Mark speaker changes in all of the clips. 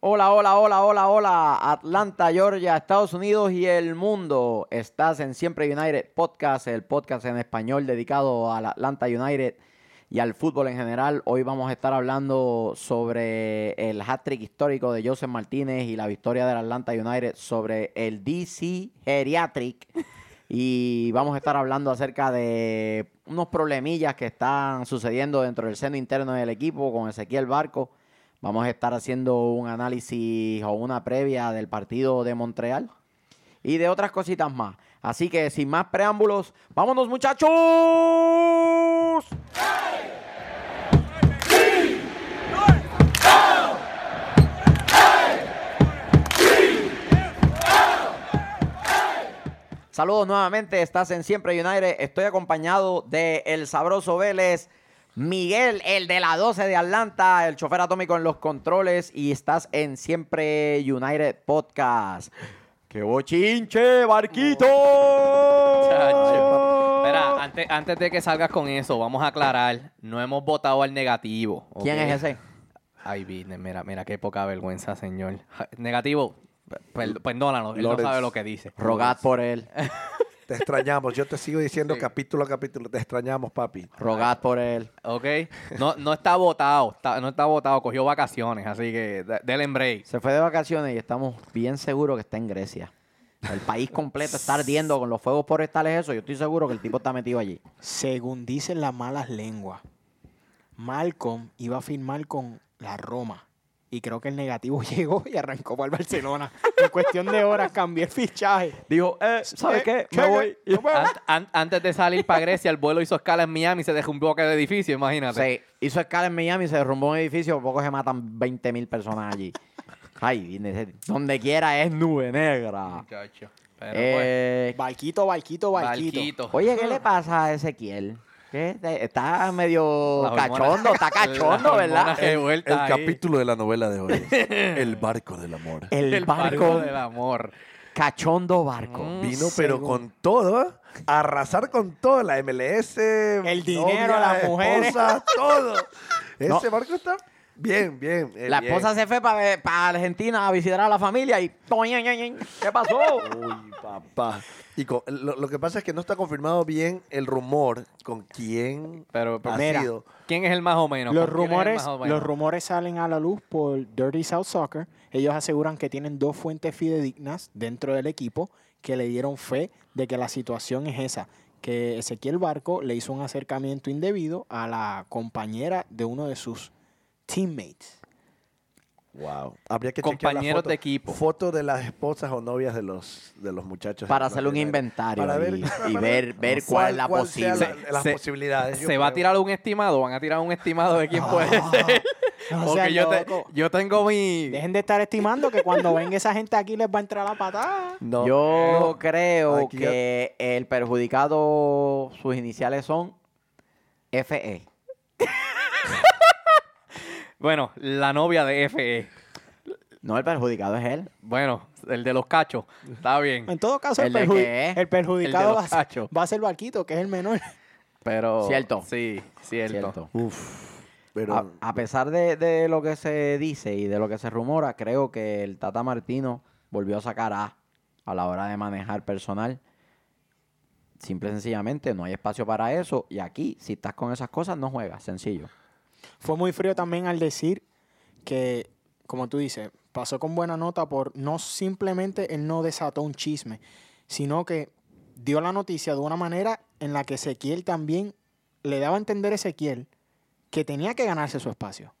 Speaker 1: Hola, hola, hola, hola, hola, Atlanta, Georgia, Estados Unidos y el mundo. Estás en Siempre United Podcast, el podcast en español dedicado al Atlanta United y al fútbol en general. Hoy vamos a estar hablando sobre el hat-trick histórico de Joseph Martínez y la victoria del Atlanta United sobre el DC Geriatric. Y vamos a estar hablando acerca de unos problemillas que están sucediendo dentro del seno interno del equipo con Ezequiel Barco. Vamos a estar haciendo un análisis o una previa del partido de Montreal y de otras cositas más. Así que sin más preámbulos, vámonos muchachos. Saludos nuevamente, estás en Siempre United. Estoy acompañado de el sabroso Vélez, Miguel, el de la 12 de Atlanta, el chofer atómico en los controles y estás en Siempre United Podcast. ¡Qué bochinche, barquito!
Speaker 2: Chacho. Espera, antes, antes de que salgas con eso, vamos a aclarar. No hemos votado al negativo. ¿ok?
Speaker 1: ¿Quién es ese?
Speaker 2: Ay, Business, mira, mira qué poca vergüenza, señor. Ja, Negativo, per- perdónanos, él no
Speaker 3: Lawrence.
Speaker 2: sabe lo que dice.
Speaker 1: Rogad por él,
Speaker 3: Te extrañamos. Yo te sigo diciendo capítulo a capítulo. Te extrañamos, papi.
Speaker 1: rogad por él.
Speaker 2: ¿Ok? No, no está votado, está- no está votado, cogió vacaciones, así que de- denle break.
Speaker 1: Se fue de vacaciones y estamos bien seguros que está en Grecia. El país completo está ardiendo con los fuegos forestales, eso. Yo estoy seguro que el tipo está metido allí.
Speaker 4: Según dicen las malas lenguas, Malcolm iba a firmar con la Roma. Y creo que el negativo llegó y arrancó para el Barcelona. En cuestión de horas cambié el fichaje.
Speaker 1: Dijo, eh, pues, ¿sabes qué? Me voy.
Speaker 2: Ant- an- antes de salir para Grecia, el vuelo hizo escala en Miami y se dejó un bloque de edificio, imagínate.
Speaker 1: Se hizo escala en Miami, se derrumbó un edificio, por poco se matan 20 mil personas allí. Ay, donde quiera es nube negra.
Speaker 2: Muchacho. Pero pues,
Speaker 1: Eh,
Speaker 4: Barquito, barquito, barquito.
Speaker 2: barquito.
Speaker 1: Oye, ¿qué le pasa a Ezequiel? ¿Qué? Te- Está medio
Speaker 2: Las hormonas-
Speaker 1: cachondo, está cachondo,
Speaker 2: las
Speaker 1: ¿verdad?
Speaker 2: hormonas revueltas
Speaker 3: El
Speaker 2: ahí.
Speaker 3: capítulo de la novela de hoy. El barco del amor.
Speaker 4: Eh,
Speaker 1: El,
Speaker 2: El barco,
Speaker 1: barco,
Speaker 2: del amor.
Speaker 1: cachondo barco.
Speaker 3: Vino, pero con todo. ¿eh? A Arrasar con todo. La MLS. El
Speaker 4: dinero, las mujeres.
Speaker 3: todo.
Speaker 1: No.
Speaker 3: Ese barco está bien, bien. eh,
Speaker 1: La
Speaker 3: bien.
Speaker 1: esposa se fue para Argentina a visitar a la familia y... ¿Qué pasó?
Speaker 3: Uy, papá. Y con- lo, lo que pasa es que no está confirmado bien el rumor con quién
Speaker 2: Pero, pues, pero
Speaker 3: ha
Speaker 4: Mira.
Speaker 3: sido.
Speaker 2: ¿Quién es el más o menos?
Speaker 4: los
Speaker 2: ¿Con quién es el
Speaker 4: rumores,
Speaker 2: más o menos?
Speaker 4: los rumores salen a la luz por Dirty South Soccer. Ellos aseguran que tienen dos fuentes fidedignas dentro del equipo que le dieron fe de que la situación es esa, que Ezequiel Barco le hizo un acercamiento indebido a la compañera de uno de sus teammates.
Speaker 3: Wow. Habría que chequear la
Speaker 2: Compañeros
Speaker 3: foto.
Speaker 2: de equipo.
Speaker 3: Fotos de las esposas o novias de los, de los muchachos.
Speaker 1: Para
Speaker 3: del
Speaker 1: hacerle un
Speaker 3: Barcelona.
Speaker 1: inventario
Speaker 3: Para
Speaker 1: y,
Speaker 3: para
Speaker 1: y ver, ver cuál, es la
Speaker 3: cuál sea
Speaker 1: posible.
Speaker 3: la-
Speaker 2: Se-
Speaker 3: las
Speaker 2: se-
Speaker 3: posibilidades. yo
Speaker 2: ¿Se va a
Speaker 3: creo.
Speaker 2: tirar un estimado? ¿Van a tirar un estimado de quién puede ser?
Speaker 4: No
Speaker 2: Porque
Speaker 4: sean
Speaker 2: yo, te-
Speaker 4: locos.
Speaker 2: yo tengo mi...
Speaker 4: Dejen de estar estimando que cuando venga esa gente aquí les va a entrar la patada.
Speaker 3: No.
Speaker 1: Yo
Speaker 3: no.
Speaker 1: creo
Speaker 3: Aquí ya-
Speaker 1: que el perjudicado, sus iniciales son E. FE.
Speaker 2: Bueno, la novia de FE.
Speaker 1: No, el perjudicado es él.
Speaker 2: Bueno, el de los cachos. Está bien.
Speaker 4: En todo caso, el,
Speaker 1: ¿El de
Speaker 4: perju-
Speaker 1: qué?
Speaker 4: el perjudicado
Speaker 2: los
Speaker 4: va, a ser,
Speaker 2: cachos.
Speaker 4: va a ser Barquito, que es el menor.
Speaker 2: Pero...
Speaker 1: Cierto.
Speaker 2: Sí, cierto.
Speaker 1: Cierto.
Speaker 3: Uf. Pero.
Speaker 2: ah,
Speaker 1: A, a pesar de, de lo que se dice y de lo que se rumora, creo que el Tata Martino volvió a sacar A a la hora de manejar personal. Simple y sencillamente, no hay espacio para eso. Y aquí, si estás con esas cosas, no juegas. Sencillo.
Speaker 4: Fue muy frío también al decir que, como tú dices, pasó con buena nota por no simplemente él no desató un chisme, sino que dio la noticia de una manera en la que Ezequiel también le daba a entender a Ezequiel que tenía que ganarse su espacio.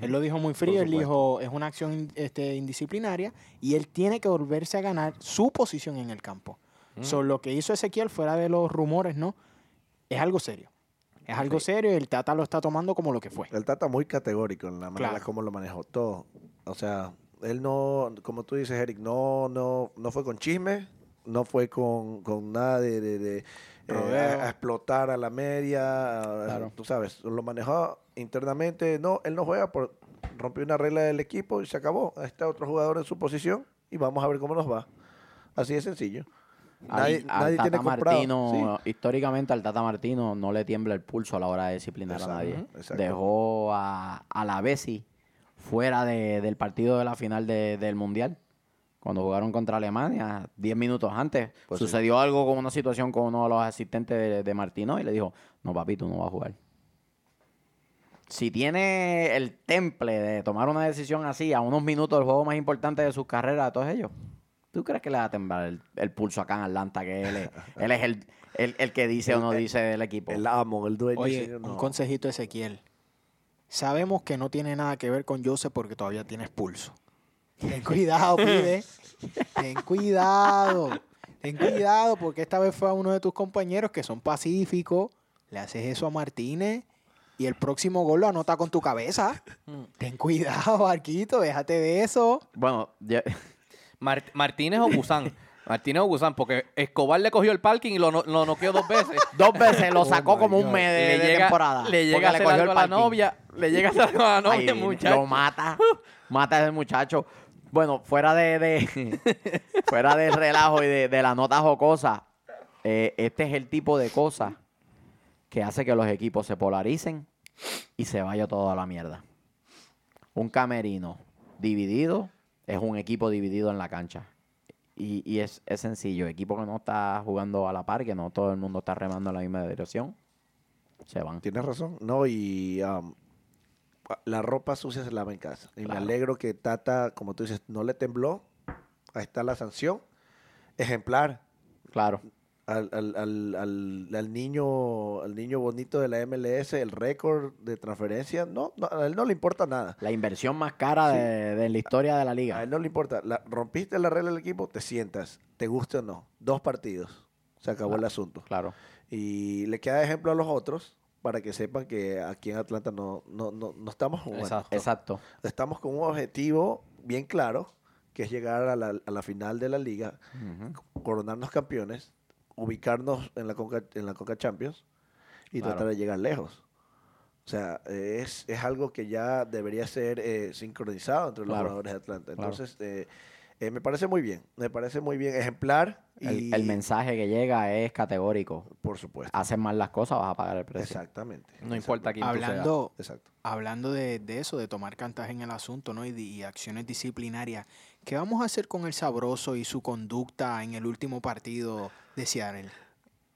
Speaker 4: Él lo dijo muy frío, él dijo, es una acción in- este, indisciplinaria y él tiene que volverse a ganar su posición en el campo. So, lo que hizo Ezequiel fuera de los rumores, ¿no? Es algo serio. Es algo serio y el Tata lo está tomando como lo que fue.
Speaker 3: El Tata muy categórico en la manera
Speaker 4: Claro.
Speaker 3: como lo manejó todo. O sea, él no, como tú dices, Eric, no, no, no fue con chisme, no fue con, con nada de, de- de, eh,
Speaker 4: Rodeo.
Speaker 3: a, a explotar a la media, a-
Speaker 4: Claro.
Speaker 3: tú sabes, lo manejó internamente. No, él no juega por rompió una regla del equipo y se acabó. Ahí Está otro jugador en su posición y vamos a ver cómo nos va. Así de sencillo. Nadie,
Speaker 1: al, al
Speaker 3: nadie
Speaker 1: Tata
Speaker 3: tiene comprado.
Speaker 1: Martino,
Speaker 3: sí.
Speaker 1: históricamente al Tata Martino no le tiembla el pulso a la hora de disciplinar
Speaker 3: Exacto,
Speaker 1: a nadie.
Speaker 3: ujú, exacto.
Speaker 1: Dejó a, a la Bessi fuera de- del partido de la final de- del Mundial. Cuando jugaron contra Alemania, 10 minutos antes,
Speaker 3: Pues sí.
Speaker 1: sucedió algo con una situación con uno de los asistentes de, de Martino y le dijo, no, papi, tú no vas a jugar. Si tiene el temple de tomar una decisión así a unos minutos del juego más importante de sus carreras a todos ellos, ¿tú crees que le va a temblar el, el pulso acá en Atlanta? Que él es, él es el, el- el que dice o no dice del equipo.
Speaker 3: El amo, el dueño.
Speaker 4: Oye,
Speaker 3: señor,
Speaker 4: un
Speaker 3: no.
Speaker 4: consejito a Ezequiel. Sabemos que no tiene nada que ver con Joseph porque todavía tienes pulso. Ten cuidado, pide. Ten cuidado. Ten cuidado porque esta vez fue a uno de tus compañeros que son pacíficos. Le haces eso a Martínez y el próximo gol lo anota con tu cabeza. Ten cuidado, Arquito. Déjate de eso.
Speaker 1: Bueno, ya-
Speaker 2: Oh Mar- Martínez o Guzán. Martínez o Guzán, porque Escobar le cogió el parking y lo, no- lo noqueó dos veces.
Speaker 1: dos veces lo
Speaker 4: Oh
Speaker 1: sacó
Speaker 4: my
Speaker 1: como un
Speaker 4: God.
Speaker 1: mes Eh, de,
Speaker 2: le
Speaker 1: de
Speaker 2: llega,
Speaker 1: temporada.
Speaker 2: Le
Speaker 1: porque
Speaker 2: llega a hacer
Speaker 1: cogió
Speaker 2: algo a la
Speaker 1: parking.
Speaker 2: novia. Le llega a hacer algo a la novia,
Speaker 1: Ay,
Speaker 2: muchacho.
Speaker 1: Lo mata. Mata a ese muchacho. Bueno, fuera de, de- fuera del relajo y de, de la nota jocosa, eh, este es el tipo de cosa que hace que los equipos se polaricen y se vaya todo a la mierda. Un camerino dividido es un equipo dividido en la cancha. Y, y es, es sencillo, equipo que no está jugando a la par, que no todo el mundo está remando en la misma dirección, se van.
Speaker 3: Tienes razón. No, y am, ah, la ropa sucia se lava en casa. Y
Speaker 1: Claro.
Speaker 3: me alegro que Tata, como tú dices, no le tembló. Ahí está la sanción. Ejemplar
Speaker 1: Claro.
Speaker 3: al, al- al- al- al niño, al niño bonito de la MLS, el récord de transferencia. No, no, a él no le importa nada.
Speaker 1: La inversión más cara de, de la historia de la
Speaker 3: A
Speaker 1: liga.
Speaker 3: él no le importa. La- rompiste la regla del equipo, te sientas. Te guste o no. Dos partidos. Se acabó el asunto.
Speaker 1: Claro.
Speaker 3: Y le queda de ejemplo a los otros para que sepan que aquí en Atlanta no, no, no, no estamos jugando.
Speaker 2: Exacto.
Speaker 1: Exacto.
Speaker 3: Estamos con un objetivo bien claro, que es llegar a la, a la final de la liga, coronarnos campeones, ubicarnos en la Conca, en la Conca Champions y
Speaker 1: Claro.
Speaker 3: tratar de llegar lejos. O sea, eh, es, es algo que ya debería ser eh, sincronizado entre los
Speaker 1: Claro.
Speaker 3: jugadores de Atlanta.
Speaker 1: Claro.
Speaker 3: Entonces, eh, eh, me parece muy bien, me parece muy bien ejemplar y
Speaker 1: El, el mensaje que llega es categórico.
Speaker 3: por supuesto.
Speaker 1: Haces mal las cosas, vas a pagar el precio.
Speaker 3: Exactamente.
Speaker 2: No importa quién tú seas.
Speaker 4: Hablando,
Speaker 3: Exacto.
Speaker 4: Hablando de, de eso, de tomar cantas en el asunto, ¿no? Y, di- y acciones disciplinarias. ¿Qué vamos a hacer con el sabroso y su conducta en el último partido de Seattle?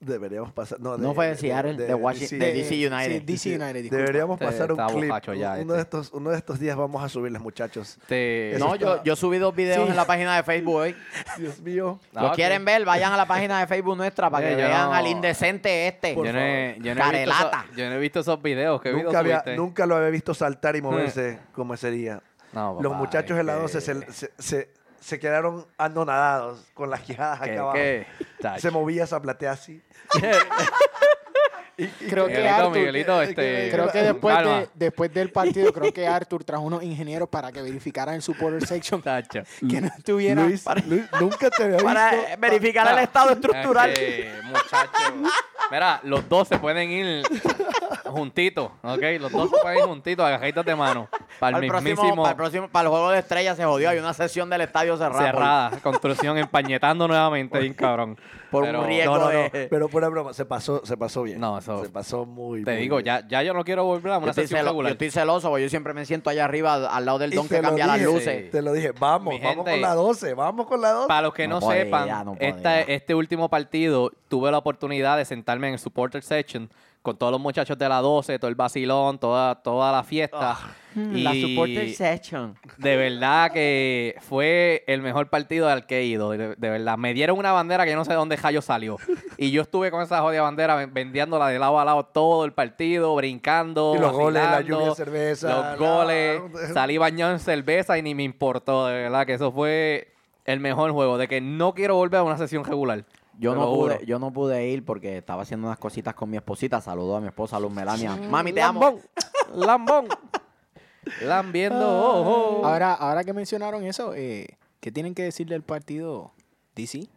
Speaker 3: Deberíamos pasar. No,
Speaker 1: No fue de Seattle, de Washington- de DC United.
Speaker 4: Sí, DC United, disculpa.
Speaker 3: Deberíamos
Speaker 2: Este
Speaker 3: pasar un
Speaker 2: está
Speaker 3: clip.
Speaker 2: bocacho ya,
Speaker 3: uno,
Speaker 2: este.
Speaker 3: de estos, uno de estos días vamos a subirles, muchachos.
Speaker 2: Te-
Speaker 1: No,
Speaker 3: Eso está-
Speaker 1: yo, yo subí dos videos en la página de Facebook hoy.
Speaker 3: Dios mío.
Speaker 2: Ah,
Speaker 1: ¿Lo
Speaker 2: ok.
Speaker 1: quieren ver? Vayan a la página de Facebook nuestra para
Speaker 2: Oye,
Speaker 1: que
Speaker 2: yo
Speaker 1: vean
Speaker 2: no-
Speaker 1: al indecente este.
Speaker 2: yo, no he, yo no he visto
Speaker 1: Carelata.
Speaker 2: esos- yo no he visto esos videos. ¿Qué videos
Speaker 3: Nunca, había,
Speaker 2: subiste?
Speaker 3: nunca lo había visto saltar y moverse como ese día.
Speaker 2: No,
Speaker 3: Los
Speaker 2: Oh, papá, este,
Speaker 3: muchachos
Speaker 2: es
Speaker 3: helados se,
Speaker 2: que-
Speaker 3: se, se- se quedaron anonadados con las quijadas
Speaker 2: que-
Speaker 3: acá abajo.
Speaker 2: que- chacho.
Speaker 3: Se movía, zaplatea así.
Speaker 4: Creo que
Speaker 2: Miguelito,
Speaker 4: Arthur-
Speaker 2: Miguelito, este...
Speaker 4: Creo que después,
Speaker 2: calma.
Speaker 4: de- después del partido, creo que Arthur trajo unos ingenieros para que verificaran el supporter section
Speaker 2: Chacho.
Speaker 4: que no estuviera.
Speaker 3: Luis, Luis, nunca te había visto.
Speaker 1: Para eh, verificar el estado estructural.
Speaker 2: Ah. Es que, Este, muchacho. Mira, los dos se pueden ir juntitos, ¿ok? Los dos se pueden ir juntitos, agajitos de mano.
Speaker 1: Para
Speaker 2: Para el
Speaker 1: el,
Speaker 2: mismísimo
Speaker 1: próximo, para, el próximo- para el juego de estrellas se jodió. Hay una sesión del estadio cerrada.
Speaker 2: cerrada, construcción, empañetando nuevamente, bien cabrón.
Speaker 1: Por un riesgo
Speaker 3: No, no, no.
Speaker 1: de-
Speaker 3: Pero pura broma, se pasó, se pasó bien.
Speaker 2: Eh. No, eso-
Speaker 3: se pasó muy
Speaker 2: Te
Speaker 3: muy
Speaker 2: digo,
Speaker 3: bien.
Speaker 2: ya, ya yo no quiero volver a
Speaker 1: Yo
Speaker 2: una
Speaker 1: estoy,
Speaker 2: sesión
Speaker 1: celo- yo
Speaker 2: regular.
Speaker 1: estoy celoso porque yo siempre me siento allá arriba al lado del
Speaker 3: Y
Speaker 1: don
Speaker 3: te
Speaker 1: que
Speaker 3: lo
Speaker 1: cambia las
Speaker 3: dije,
Speaker 1: luces.
Speaker 3: Te lo dije, vamos,
Speaker 2: Mi
Speaker 3: vamos
Speaker 2: gente.
Speaker 3: con la 12, vamos con la 12.
Speaker 2: Para los que
Speaker 1: No
Speaker 2: no,
Speaker 1: podía,
Speaker 2: sepan,
Speaker 1: no podía.
Speaker 2: esta- este último partido tuve la oportunidad de sentarme en el supporter section con todos los muchachos de la 12, todo el vacilón, toda, toda la fiesta.
Speaker 1: Ah. La supporter section.
Speaker 2: De verdad que fue el mejor partido al que he ido. De, de verdad. Me dieron una bandera que yo no sé de dónde Jayo salió. Y yo estuve con esa jodida bandera ven- vendiéndola de lado a lado todo el partido, brincando.
Speaker 3: Y los goles, la
Speaker 2: vacilando,
Speaker 3: lluvia de cerveza, la-
Speaker 2: Los goles. Salí bañado en cerveza y ni me importó. De verdad que eso fue el mejor juego. De que no quiero volver a una sesión regular.
Speaker 1: Yo
Speaker 2: Te
Speaker 1: no,
Speaker 2: lo juro.
Speaker 1: pude, yo no pude ir porque estaba haciendo unas cositas con mi esposita. Saludó a mi esposa Luz Melania. Mami, te amo.
Speaker 2: Lambón. Lambón. Lambiendo
Speaker 3: Ah.
Speaker 2: ojo.
Speaker 4: Ahora, ahora que mencionaron eso, eh, ¿qué tienen que decir del partido DC?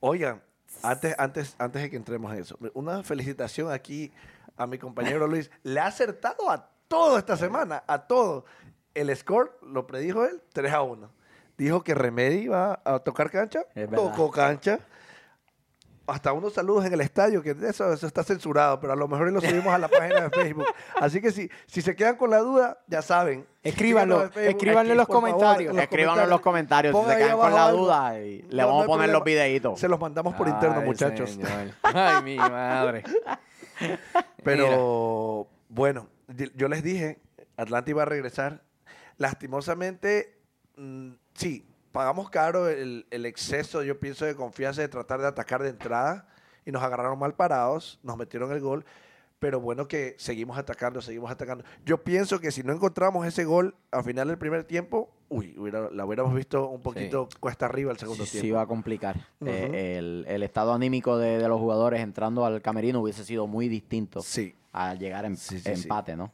Speaker 3: Oigan, antes, antes, antes de que entremos en eso, una felicitación aquí a mi compañero Luis. Le ha acertado a todo esta semana, a todo. El score lo predijo él 3 a 1. Dijo que Remedy iba a tocar cancha,
Speaker 1: Es verdad.
Speaker 3: tocó cancha. hasta unos saludos en el estadio, que eso, eso está censurado, pero a lo mejor lo subimos a la página de Facebook. Así que si, si se quedan con la duda, ya saben.
Speaker 4: Escríbanlo,
Speaker 3: Escríbanos en Facebook,
Speaker 4: escríbanlo en los
Speaker 3: por favor,
Speaker 4: comentarios.
Speaker 1: Escríbanos en los comentarios si
Speaker 3: Pongan
Speaker 1: se
Speaker 3: ahí
Speaker 1: quedan con
Speaker 3: abajo
Speaker 1: la
Speaker 3: algo.
Speaker 1: duda y le vamos a
Speaker 3: No, no hay
Speaker 1: poner
Speaker 3: problema.
Speaker 1: los videitos.
Speaker 3: Se los mandamos por interno,
Speaker 2: Ay,
Speaker 3: muchachos.
Speaker 2: señor. Ay, mi madre.
Speaker 3: Pero bueno, di- yo les dije, Atlanta iba a regresar. Lastimosamente, mm, sí, pagamos caro el, el exceso, yo pienso, de confianza de tratar de atacar de entrada y nos agarraron mal parados, nos metieron el gol. Pero bueno que seguimos atacando, seguimos atacando. Yo pienso que si no encontramos ese gol al final del primer tiempo, uy, hubiera- la hubiéramos visto un poquito cuesta arriba el segundo
Speaker 1: Sí, sí
Speaker 3: tiempo.
Speaker 1: va a complicar.
Speaker 3: Ujú.
Speaker 1: Eh, el, el estado anímico de, de los jugadores entrando al camerino hubiese sido muy distinto
Speaker 3: Sí.
Speaker 1: al llegar a em-
Speaker 3: Sí, sí, sí.
Speaker 1: empate, ¿no?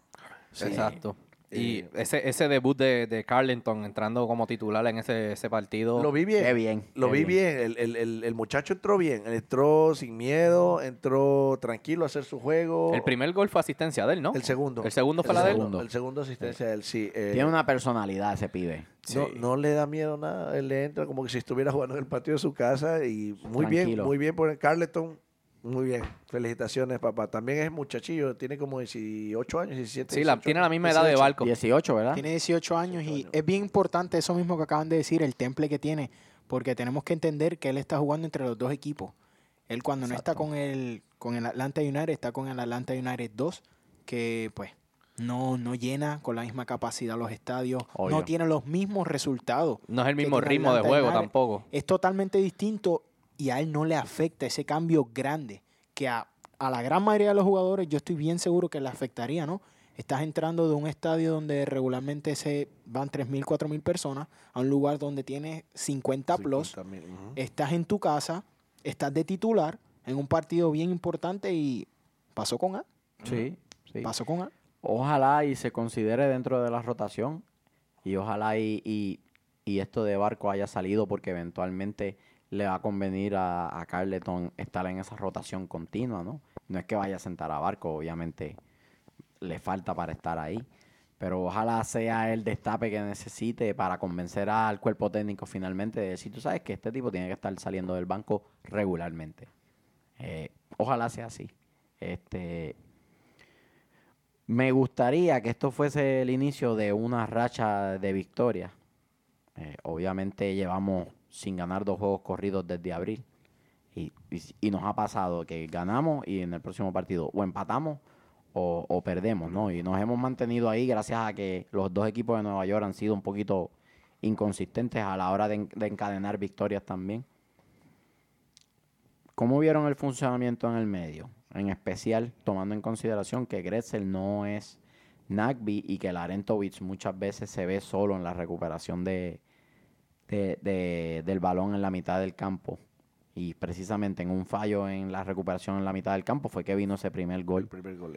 Speaker 3: Sí.
Speaker 2: Exacto. Y
Speaker 3: Eh,
Speaker 2: ese, ese debut de, de Carleton entrando como titular en ese, ese partido.
Speaker 3: Lo vi bien.
Speaker 1: Qué bien.
Speaker 3: Lo
Speaker 1: qué
Speaker 3: vi bien, El, el- el- el muchacho entró bien, entró sin miedo, entró tranquilo a hacer su juego.
Speaker 2: el primer gol fue asistencia de él, ¿no?
Speaker 3: El segundo.
Speaker 2: El segundo fue
Speaker 1: El
Speaker 2: la de él.
Speaker 1: segundo.
Speaker 3: El segundo asistencia de él, sí. eh,
Speaker 1: Tiene una personalidad ese pibe.
Speaker 3: no,
Speaker 4: Sí.
Speaker 3: no le da miedo nada, él le entra como que si estuviera jugando en el patio de su casa y muy bien,
Speaker 1: Tranquilo.
Speaker 3: muy bien por el Carleton. Muy bien, felicitaciones, papá. También es muchachillo, tiene como 18 años, 17.
Speaker 2: Sí, la-
Speaker 3: 18
Speaker 2: tiene la
Speaker 3: años.
Speaker 2: misma edad de
Speaker 1: 18,
Speaker 2: Barco.
Speaker 1: 18, ¿verdad?
Speaker 4: Tiene 18 años
Speaker 3: 18
Speaker 4: y
Speaker 3: años.
Speaker 4: es bien importante eso mismo que acaban de decir, el temple que tiene, porque tenemos que entender que él está jugando entre los dos equipos. Él cuando no está
Speaker 1: Exacto.
Speaker 4: con el, con el Atlanta United, está con el Atlanta United 2, que pues no, no llena con la misma capacidad los estadios,
Speaker 1: Obvio.
Speaker 4: no tiene los mismos resultados.
Speaker 2: No es el
Speaker 4: que
Speaker 2: mismo
Speaker 4: tiene
Speaker 2: ritmo de
Speaker 4: Atlanta
Speaker 2: juego
Speaker 4: United.
Speaker 2: tampoco.
Speaker 4: Es totalmente distinto y a él no le afecta ese cambio grande que a, a la gran mayoría de los jugadores yo estoy bien seguro que le afectaría, ¿no? Estás entrando de un estadio donde regularmente se van 3.000, 4.000 personas a un lugar donde tienes 50 plus,
Speaker 3: 50 mil, ujú.
Speaker 4: estás en tu casa, estás de titular en un partido bien importante y pasó con A,
Speaker 1: Sí, sí.
Speaker 4: pasó con A.
Speaker 1: Ojalá y se considere dentro de la rotación y ojalá y, y- y esto de Barco haya salido porque eventualmente le va a convenir a, a Carleton estar en esa rotación continua, ¿no? No es que vaya a sentar a Barco, obviamente le falta para estar ahí, pero ojalá sea el destape que necesite para convencer al cuerpo técnico finalmente de decir, tú sabes que este tipo tiene que estar saliendo del banco regularmente. Eh, ojalá sea así. Este, me gustaría que esto fuese el inicio de una racha de victorias. Eh, obviamente llevamos sin ganar dos juegos corridos desde abril. Y, y- y nos ha pasado que ganamos y en el próximo partido o empatamos o, o perdemos, ¿no? Y nos hemos mantenido ahí gracias a que los dos equipos de Nueva York han sido un poquito inconsistentes a la hora de, en- de encadenar victorias también. ¿Cómo vieron el funcionamiento en el medio? En especial, tomando en consideración que Gretzel no es Nagby y que Larentovich muchas veces se ve solo en la recuperación de, de- de- del balón en la mitad del campo. Y precisamente en un fallo en la recuperación en la mitad del campo fue que vino ese primer
Speaker 3: El
Speaker 1: gol
Speaker 3: primer gol,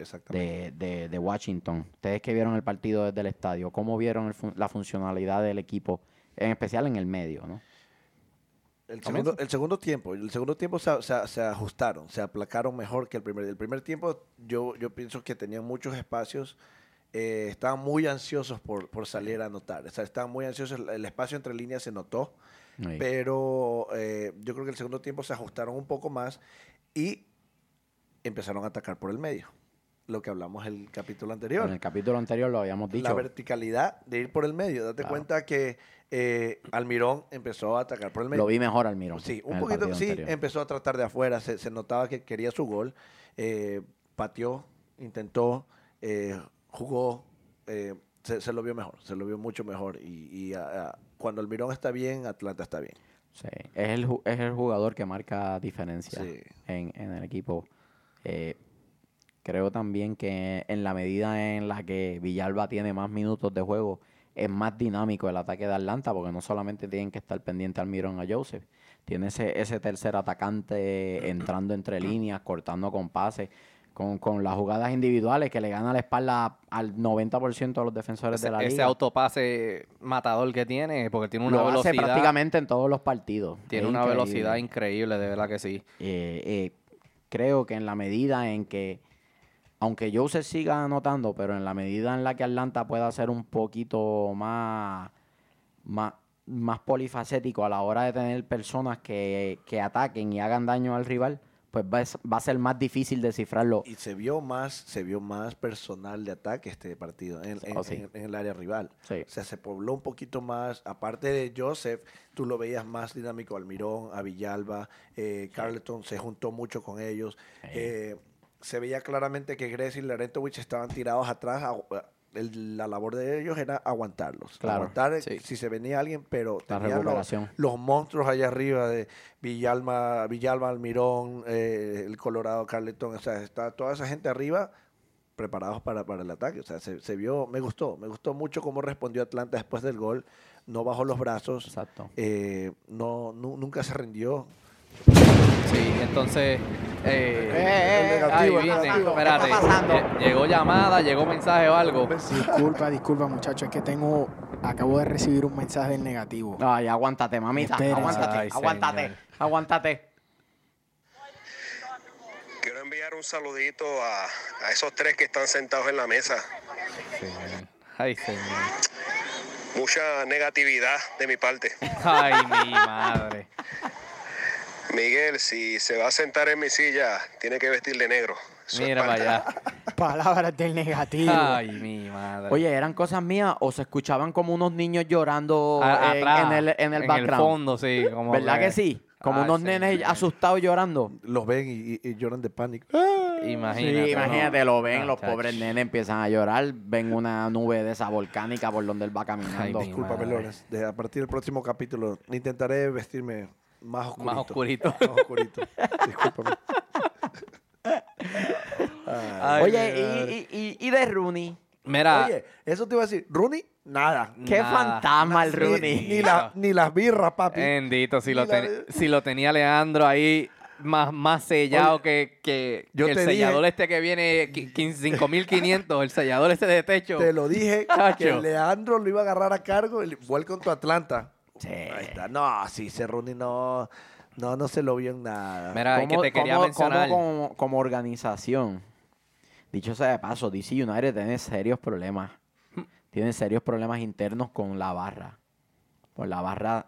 Speaker 1: de,
Speaker 3: exactamente.
Speaker 1: de- de Washington. Ustedes que vieron el partido desde el estadio, ¿cómo vieron el fun- la funcionalidad del equipo? En especial en el medio, ¿no?
Speaker 3: El
Speaker 2: Comienza.
Speaker 3: segundo, el segundo tiempo, el segundo tiempo se, se- se ajustaron, se aplacaron mejor que el primer. El primer tiempo yo, yo pienso que tenían muchos espacios, eh, estaban muy ansiosos por, por salir a anotar, o sea, estaban muy ansiosos, el, el espacio entre líneas se notó,
Speaker 1: Sí.
Speaker 3: pero eh, yo creo que el segundo tiempo se ajustaron un poco más y empezaron a atacar por el medio, lo que hablamos el capítulo anterior.
Speaker 1: En el capítulo anterior lo habíamos dicho.
Speaker 3: La verticalidad de ir por el medio, date
Speaker 1: Claro.
Speaker 3: cuenta que eh, Almirón empezó a atacar por el medio.
Speaker 1: Lo vi mejor Almirón.
Speaker 3: Sí,
Speaker 1: en
Speaker 3: un
Speaker 1: el
Speaker 3: poquito,
Speaker 1: partido
Speaker 3: sí,
Speaker 1: anterior.
Speaker 3: empezó a tratar de afuera, se, se notaba que quería su gol, eh, pateó, intentó, eh, jugó, eh, se, se lo vio mejor, se lo vio mucho mejor. Y, y, ah, ah, cuando Almirón está bien, Atlanta está bien.
Speaker 1: Sí, Es, el, ju- es el jugador que marca diferencia
Speaker 3: Sí.
Speaker 1: en, en el equipo. Eh, creo también que en la medida en la que Villalba tiene más minutos de juego, es más dinámico el ataque de Atlanta, porque no solamente tienen que estar pendiente al Mirón a Joseph, tiene ese, ese tercer atacante entrando entre líneas, cortando con pases, con, con las jugadas individuales que le gana la espalda al 90% de los defensores
Speaker 2: Ese,
Speaker 1: de la
Speaker 2: ese
Speaker 1: liga.
Speaker 2: autopase matador que tiene, porque tiene una
Speaker 1: lo hace
Speaker 2: velocidad.
Speaker 1: prácticamente en todos los partidos.
Speaker 2: Tiene
Speaker 1: Es
Speaker 2: una
Speaker 1: increíble.
Speaker 2: velocidad increíble, de verdad que sí.
Speaker 1: Eh, eh, creo que en la medida en que, aunque Joseph siga anotando, pero en la medida en la que Atlanta pueda ser un poquito más, más, más polifacético a la hora de tener personas que, que ataquen y hagan daño al rival, pues va a, es- va a ser más difícil descifrarlo.
Speaker 3: Y se vio más, se vio más personal de ataque este partido en, en-
Speaker 1: Oh, sí.
Speaker 3: en- en el área rival.
Speaker 1: Sí.
Speaker 3: O sea, se pobló un poquito más. Aparte de Joseph, tú lo veías más dinámico. Almirón, a Villalba, eh, Carleton se juntó mucho con ellos. Eh, se veía claramente que Grecia y Larentowicz estaban tirados atrás. agu- eh, el- la labor de ellos era aguantarlos.
Speaker 1: Claro,
Speaker 3: Aguantar eh,
Speaker 2: sí.
Speaker 3: si se venía alguien, pero
Speaker 1: La
Speaker 3: tenían los,
Speaker 1: recuperación.
Speaker 3: los monstruos allá arriba de Villalma, Villalba, Almirón, eh, el Colorado, Carleton, o sea, está toda esa gente arriba preparados para, para el ataque. O sea, se, se vio, me gustó, me gustó mucho cómo respondió Atlanta después del gol. No bajó los brazos,
Speaker 1: Exacto.
Speaker 3: eh, no, nu- nunca se rindió.
Speaker 2: Sí, entonces. Eh,
Speaker 3: eh, eh,
Speaker 2: ay,
Speaker 3: negativo,
Speaker 2: vine,
Speaker 3: negativo.
Speaker 2: espérate.
Speaker 1: ¿Qué está pasando?
Speaker 2: lle- Llegó llamada, llegó mensaje o algo.
Speaker 4: Disculpa, disculpa, muchachos. Es que tengo. Acabo de recibir un mensaje del negativo.
Speaker 1: Ay, aguántate, mamita.
Speaker 4: Espera.
Speaker 1: Aguántate,
Speaker 2: Ay,
Speaker 1: aguántate,
Speaker 2: señor.
Speaker 1: aguántate.
Speaker 5: Quiero enviar un saludito a, a esos tres que están sentados en la mesa.
Speaker 2: Ay, señor.
Speaker 5: Mucha negatividad de mi parte.
Speaker 2: Ay, mi madre.
Speaker 5: Miguel, si se va a sentar en mi silla, tiene que vestir de negro. Eso es
Speaker 2: Mira para
Speaker 5: parte-
Speaker 2: allá.
Speaker 4: Palabras del negativo.
Speaker 2: Ay, mi madre.
Speaker 1: Oye, ¿eran cosas mías o se escuchaban como unos niños llorando
Speaker 2: A-
Speaker 1: en,
Speaker 2: atrás,
Speaker 1: en el, en el background?
Speaker 2: fondo, sí. como Ah,
Speaker 1: ¿Verdad que sí? Como
Speaker 2: Ay,
Speaker 1: unos nenes
Speaker 2: señor.
Speaker 1: asustados llorando.
Speaker 3: Los ven y, y- y lloran de pánico.
Speaker 2: Imagínate.
Speaker 1: sí,
Speaker 2: ¿no?
Speaker 1: imagínate, lo ven,
Speaker 2: Ah,
Speaker 1: los
Speaker 2: chacho.
Speaker 1: pobres nenes empiezan a llorar, ven una nube de esa volcánica por donde él va caminando.
Speaker 2: Ay, mi
Speaker 3: Disculpa,
Speaker 2: madre.
Speaker 3: Pelones. De- A partir del próximo capítulo intentaré vestirme más oscurito.
Speaker 2: Más oscurito.
Speaker 3: Más oscurito. Discúlpame.
Speaker 2: Ay, mi madre.
Speaker 1: Oye, y, y, y- y de Rooney.
Speaker 2: Mira.
Speaker 3: Oye, eso te iba a decir. Rooney, nada.
Speaker 1: Qué
Speaker 2: Nah.
Speaker 1: fantasma el
Speaker 3: Ni-
Speaker 1: Rooney.
Speaker 3: Ni, la- ni las birras, papi.
Speaker 2: Bendito, si lo,
Speaker 3: Mira,
Speaker 2: ten-
Speaker 3: eh.
Speaker 2: si lo tenía Leandro ahí más, más sellado
Speaker 3: Oye,
Speaker 2: que, que,
Speaker 3: yo
Speaker 2: que el
Speaker 3: te dije-
Speaker 2: sellador este que viene qui- quin- 5500, el sellador este de techo.
Speaker 3: Te lo dije que
Speaker 2: Cacho.
Speaker 3: Leandro lo iba a agarrar a cargo y vuelve con tu Atlanta.
Speaker 1: Sí.
Speaker 2: Eh.
Speaker 3: Ahí está. No, sí, ese Rooney no, no, no se lo vio en nada.
Speaker 2: Mira, es que
Speaker 1: ¿Cómo-
Speaker 2: te quería
Speaker 1: cómo-
Speaker 2: mencionar.
Speaker 1: cómo como, como organización, dicho sea de paso, DC United tiene serios problemas. Tiene serios problemas internos con la barra. Por la barra.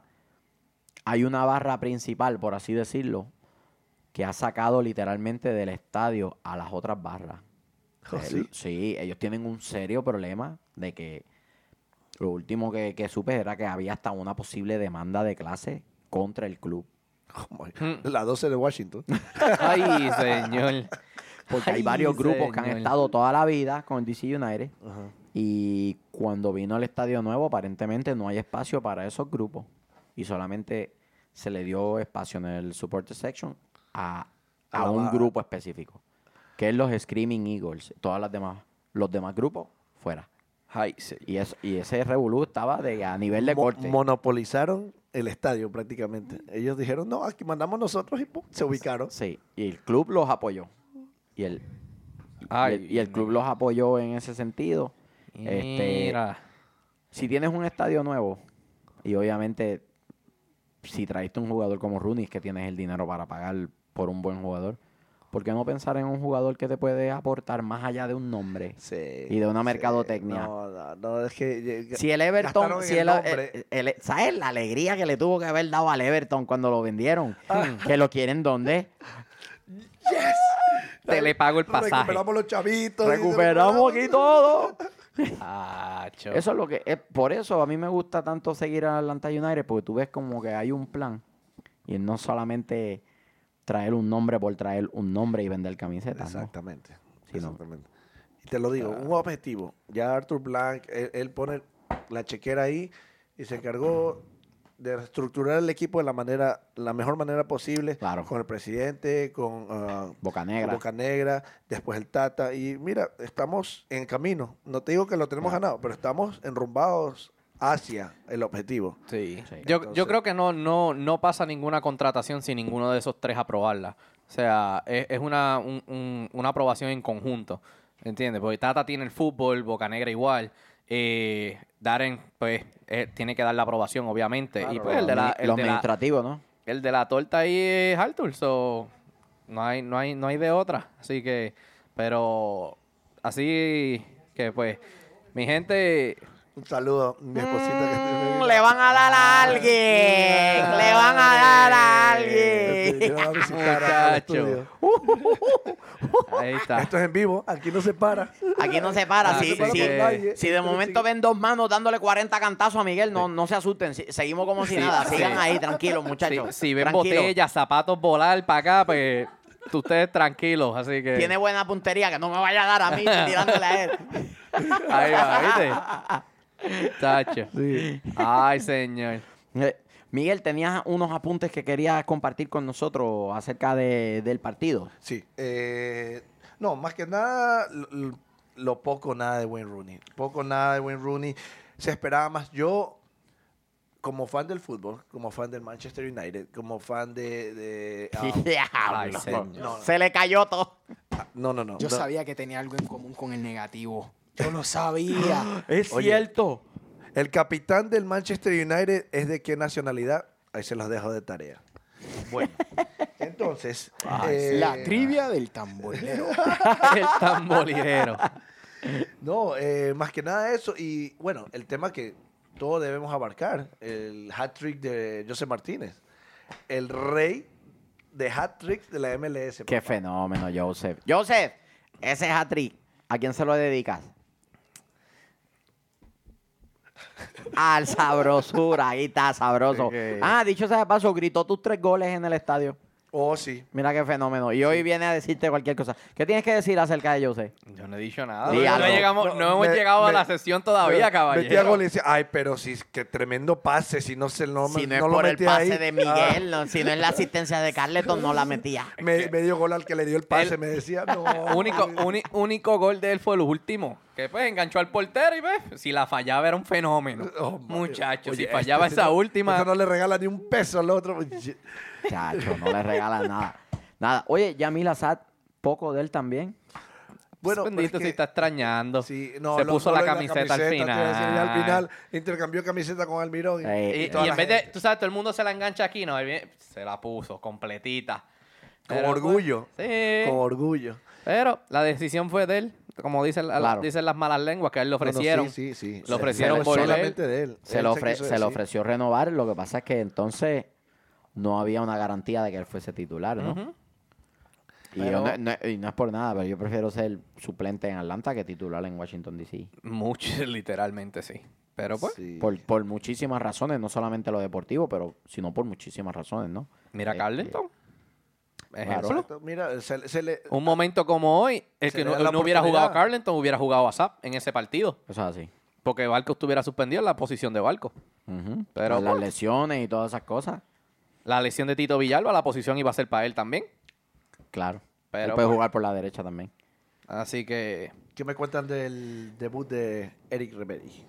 Speaker 1: Hay una barra principal, por así decirlo, que ha sacado literalmente del estadio a las otras barras.
Speaker 3: ¿Oh,
Speaker 1: El-
Speaker 3: sí?
Speaker 1: sí, ellos tienen un serio problema de que lo último que, que supe era que había hasta una posible demanda de clase contra el club.
Speaker 3: ¿Cómo?
Speaker 2: Mm.
Speaker 3: La 12 de Washington.
Speaker 2: Ay, señor.
Speaker 1: Porque hay
Speaker 2: Ay,
Speaker 1: varios grupos que han
Speaker 2: señor.
Speaker 1: estado toda la vida con el DC United.
Speaker 3: Ajá.
Speaker 1: Y cuando vino el estadio nuevo, aparentemente no hay espacio para esos grupos. Y solamente se le dio espacio en el supporter section a, a
Speaker 3: A la
Speaker 1: un
Speaker 3: ba-
Speaker 1: grupo específico. Que es los Screaming Eagles. Todas las demás, los demás grupos, fuera.
Speaker 2: Ay, señor.
Speaker 1: Y, es, y ese revolú estaba de, a nivel de
Speaker 3: Mo-
Speaker 1: corte.
Speaker 3: monopolizaron el estadio prácticamente. Ellos dijeron, no, aquí mandamos nosotros y pum, se ubicaron.
Speaker 1: Sí, y el club los apoyó. Y el, y
Speaker 2: Ay,
Speaker 1: el- y el club los apoyó en ese sentido. Este,
Speaker 2: Mira.
Speaker 1: si tienes un estadio nuevo y obviamente si traiste un jugador como Rooney es que tienes el dinero para pagar por un buen jugador, ¿por qué no pensar en un jugador que te puede aportar más allá de un nombre?
Speaker 3: Sí,
Speaker 1: Y de una
Speaker 3: sí.
Speaker 1: mercadotecnia.
Speaker 3: No, no, no, es que... eh,
Speaker 1: Si el Everton,
Speaker 3: gastaron en
Speaker 1: si
Speaker 3: el
Speaker 1: el-
Speaker 3: nombre.
Speaker 1: el- el- ¿sabes la alegría que le tuvo que haber dado al Everton cuando lo vendieron?
Speaker 3: Ah.
Speaker 1: Que lo quieren dónde?
Speaker 2: Te le pago el pasaje.
Speaker 3: Recuperamos los chavitos. dice,
Speaker 1: Recuperamos aquí todo.
Speaker 2: Acho.
Speaker 1: Eso es lo que es por eso a mí me gusta tanto seguir a Atlanta United porque tú ves como que hay un plan y no solamente traer un nombre por traer un nombre y vender camisetas, Ah, ¿no?
Speaker 3: Exactamente.
Speaker 1: Sí, no. Ah.
Speaker 3: exactamente. Y te lo digo, un objetivo. Ya Arthur Blank, él, él pone la chequera ahí y se encargó de reestructurar el equipo de la manera, la mejor manera posible.
Speaker 1: Claro.
Speaker 3: Con el presidente, con ah,
Speaker 1: Boca Negra.
Speaker 3: Boca Negra, después el Tata. Y mira, estamos en camino. No te digo que lo tenemos ganado, pero estamos enrumbados hacia el objetivo.
Speaker 2: Sí.
Speaker 1: Sí.
Speaker 2: Yo,
Speaker 3: Entonces-
Speaker 2: yo creo que no, no, no pasa ninguna contratación sin ninguno de esos tres aprobarla. O sea, es, es una, un- un- una aprobación en conjunto. ¿Entiendes? Porque Tata tiene el fútbol, Boca Negra igual. Eh, Darren, pues, eh, tiene que dar la aprobación, obviamente. y
Speaker 1: Claro,
Speaker 2: pues
Speaker 1: lo
Speaker 2: el de, la,
Speaker 1: admi-
Speaker 2: el
Speaker 1: lo
Speaker 2: de la-
Speaker 1: administrativo, ¿no?
Speaker 2: el de la torta ahí es Arthur, so, no hay, no hay, no hay de otra. Así que, pero así que pues, mi gente,
Speaker 3: Un saludo, mi esposita. que
Speaker 1: Mm, le van a dar a alguien. Le van a dar a alguien.
Speaker 3: Este, Yo voy a visitar al
Speaker 2: Muchacho.
Speaker 3: estudio.
Speaker 2: Ahí está.
Speaker 3: Esto es en vivo, aquí no se para.
Speaker 1: Aquí no se para.
Speaker 2: Ah,
Speaker 1: si,
Speaker 2: sí, sí.
Speaker 1: si-
Speaker 3: Nadie.
Speaker 1: si de momento ven dos manos dándole 40 cantazos a Miguel, no, no se asusten. si- seguimos como si
Speaker 2: Sí,
Speaker 1: nada.
Speaker 2: sí.
Speaker 1: Sigan ahí, tranquilos,
Speaker 2: Si,
Speaker 1: muchachos.
Speaker 2: si ven
Speaker 1: tranquilos.
Speaker 2: botellas, zapatos volar para acá, pues tú- ustedes tranquilos. Así que.
Speaker 1: Tiene buena puntería, que no me vaya a dar a mí tirándole a él.
Speaker 2: Ahí va, ¿viste? Tacho. Ay, señor.
Speaker 1: Eh, Miguel, tenías unos apuntes que querías compartir con nosotros acerca de- del partido.
Speaker 3: Sí. eh, no, más que nada, l- l- lo, poco nada de Wayne Rooney. Poco nada de Wayne Rooney. Se esperaba más. Yo, como fan del fútbol, como fan del Manchester United, como fan de. de- ah,
Speaker 1: Diablo.
Speaker 2: señor.
Speaker 3: No, no.
Speaker 1: Se le cayó todo.
Speaker 3: no, no, no.
Speaker 4: Yo
Speaker 3: no.
Speaker 4: sabía que tenía algo en común con el negativo. Yo lo
Speaker 2: Ah,
Speaker 4: sabía.
Speaker 1: Es
Speaker 3: Oye.
Speaker 1: cierto.
Speaker 3: El capitán del Manchester United es de qué nacionalidad? Ahí se los dejo de tarea. Bueno, entonces. eh,
Speaker 4: La trivia del tamborero.
Speaker 2: El tamborilero.
Speaker 3: No, eh, más que nada eso. Y bueno, el tema que todos debemos abarcar, el hat-trick de José Martínez. El rey de hat-tricks de la MLS.
Speaker 1: Qué
Speaker 3: papá.
Speaker 1: fenómeno, Joseph. Joseph, ese hat-trick, ¿a quién se lo dedicas? Al sabrosura, ahí está, sabroso.
Speaker 2: Ok.
Speaker 1: Ah, dicho sea de paso, gritó tus tres goles en el estadio.
Speaker 3: Oh, sí.
Speaker 1: Mira qué fenómeno. Y hoy viene a decirte cualquier cosa. ¿Qué tienes que decir acerca de Joseph?
Speaker 2: Yo no he dicho nada.
Speaker 1: Di
Speaker 2: no,
Speaker 1: algo.
Speaker 2: llegamos, no, hemos
Speaker 3: me-
Speaker 2: llegado a
Speaker 3: me-
Speaker 2: la sesión todavía,
Speaker 3: me- Metí a gol y
Speaker 2: caballero.
Speaker 3: decía, ay, pero sí, qué tremendo pase. Si no se no, me-
Speaker 1: si no es
Speaker 3: no lo
Speaker 1: por el
Speaker 3: metí
Speaker 1: pase
Speaker 3: ahí".
Speaker 1: de
Speaker 3: Ah,
Speaker 1: Miguel, no, si no es la asistencia de Carleton, no la metía.
Speaker 3: me, me dio gol al que le dio el pase.
Speaker 2: El-
Speaker 3: me decía, no.
Speaker 2: Único, uni- único gol de él fue el último. Que pues enganchó al portero y pues, si la fallaba era un fenómeno.
Speaker 3: Oh, my-
Speaker 2: Muchacho,
Speaker 3: Oye,
Speaker 2: si fallaba
Speaker 3: este,
Speaker 2: esa
Speaker 3: si no-
Speaker 2: última.
Speaker 3: este no le regala ni un peso al otro.
Speaker 1: Chacho, no le regalas nada. Nada. Oye, Yamil Azad, poco de él también.
Speaker 3: Bueno, pero es
Speaker 2: bendito
Speaker 3: que-
Speaker 2: si está extrañando.
Speaker 3: Sí, no,
Speaker 2: Se
Speaker 3: lo-
Speaker 2: puso
Speaker 3: no
Speaker 2: la
Speaker 3: lo de
Speaker 2: camiseta,
Speaker 3: te iba a decir, y
Speaker 2: al
Speaker 3: al
Speaker 2: final.
Speaker 3: final intercambió camiseta con Almirón. y-
Speaker 1: Eh,
Speaker 2: Y,
Speaker 1: eh,
Speaker 2: y
Speaker 3: toda la
Speaker 2: en vez de,
Speaker 3: gente.
Speaker 2: tú sabes, todo el mundo se la engancha aquí, no, él viene- se la puso completita.
Speaker 3: Con
Speaker 2: Pero,
Speaker 3: orgullo.
Speaker 2: pues, sí.
Speaker 3: Con orgullo.
Speaker 2: Pero la decisión fue de él, como dicen, la-
Speaker 1: Claro.
Speaker 2: dicen las malas lenguas, que a él le
Speaker 3: No, no,
Speaker 2: ofrecieron.
Speaker 3: sí, sí, sí.
Speaker 2: Lo ofrecieron
Speaker 3: Pero
Speaker 2: por él.
Speaker 3: solamente de él.
Speaker 1: se
Speaker 3: Él
Speaker 1: le,
Speaker 3: se
Speaker 1: ofre-
Speaker 3: quiso
Speaker 1: se le
Speaker 3: decir.
Speaker 1: ofreció renovar, lo que pasa es que entonces no había una garantía de que él fuese titular, ¿no?
Speaker 2: Ujú.
Speaker 1: Y, yo no, no- y no es por nada, pero yo prefiero ser suplente en Atlanta que titular en Washington, D.C.
Speaker 2: Mucho, literalmente sí. Pero pues,
Speaker 3: Sí.
Speaker 1: Por, por muchísimas razones, no solamente lo deportivo, pero sino por muchísimas razones, ¿no?
Speaker 2: mira a
Speaker 1: Eh,
Speaker 2: Carleton. Ejemplo.
Speaker 3: Exacto, Mira, se, se le...
Speaker 2: Un momento como hoy, el
Speaker 3: Se
Speaker 2: que
Speaker 3: le
Speaker 2: no,
Speaker 3: da la
Speaker 2: no hubiera jugado a
Speaker 3: oportunidad.
Speaker 2: Carleton, hubiera jugado a Zap en ese partido.
Speaker 1: Eso es así.
Speaker 2: Porque Barco estuviera suspendido en la posición de Barco.
Speaker 1: Ujú.
Speaker 2: Pero,
Speaker 1: Por las
Speaker 2: pues.
Speaker 1: lesiones y todas esas cosas,
Speaker 2: La lesión de Tito Villalba, la posición iba a ser para él también.
Speaker 1: claro.
Speaker 2: Pero,
Speaker 1: él puede
Speaker 2: pues.
Speaker 1: jugar por la derecha también.
Speaker 2: Así que
Speaker 3: ¿Qué me cuentan del debut de Eric Remedy?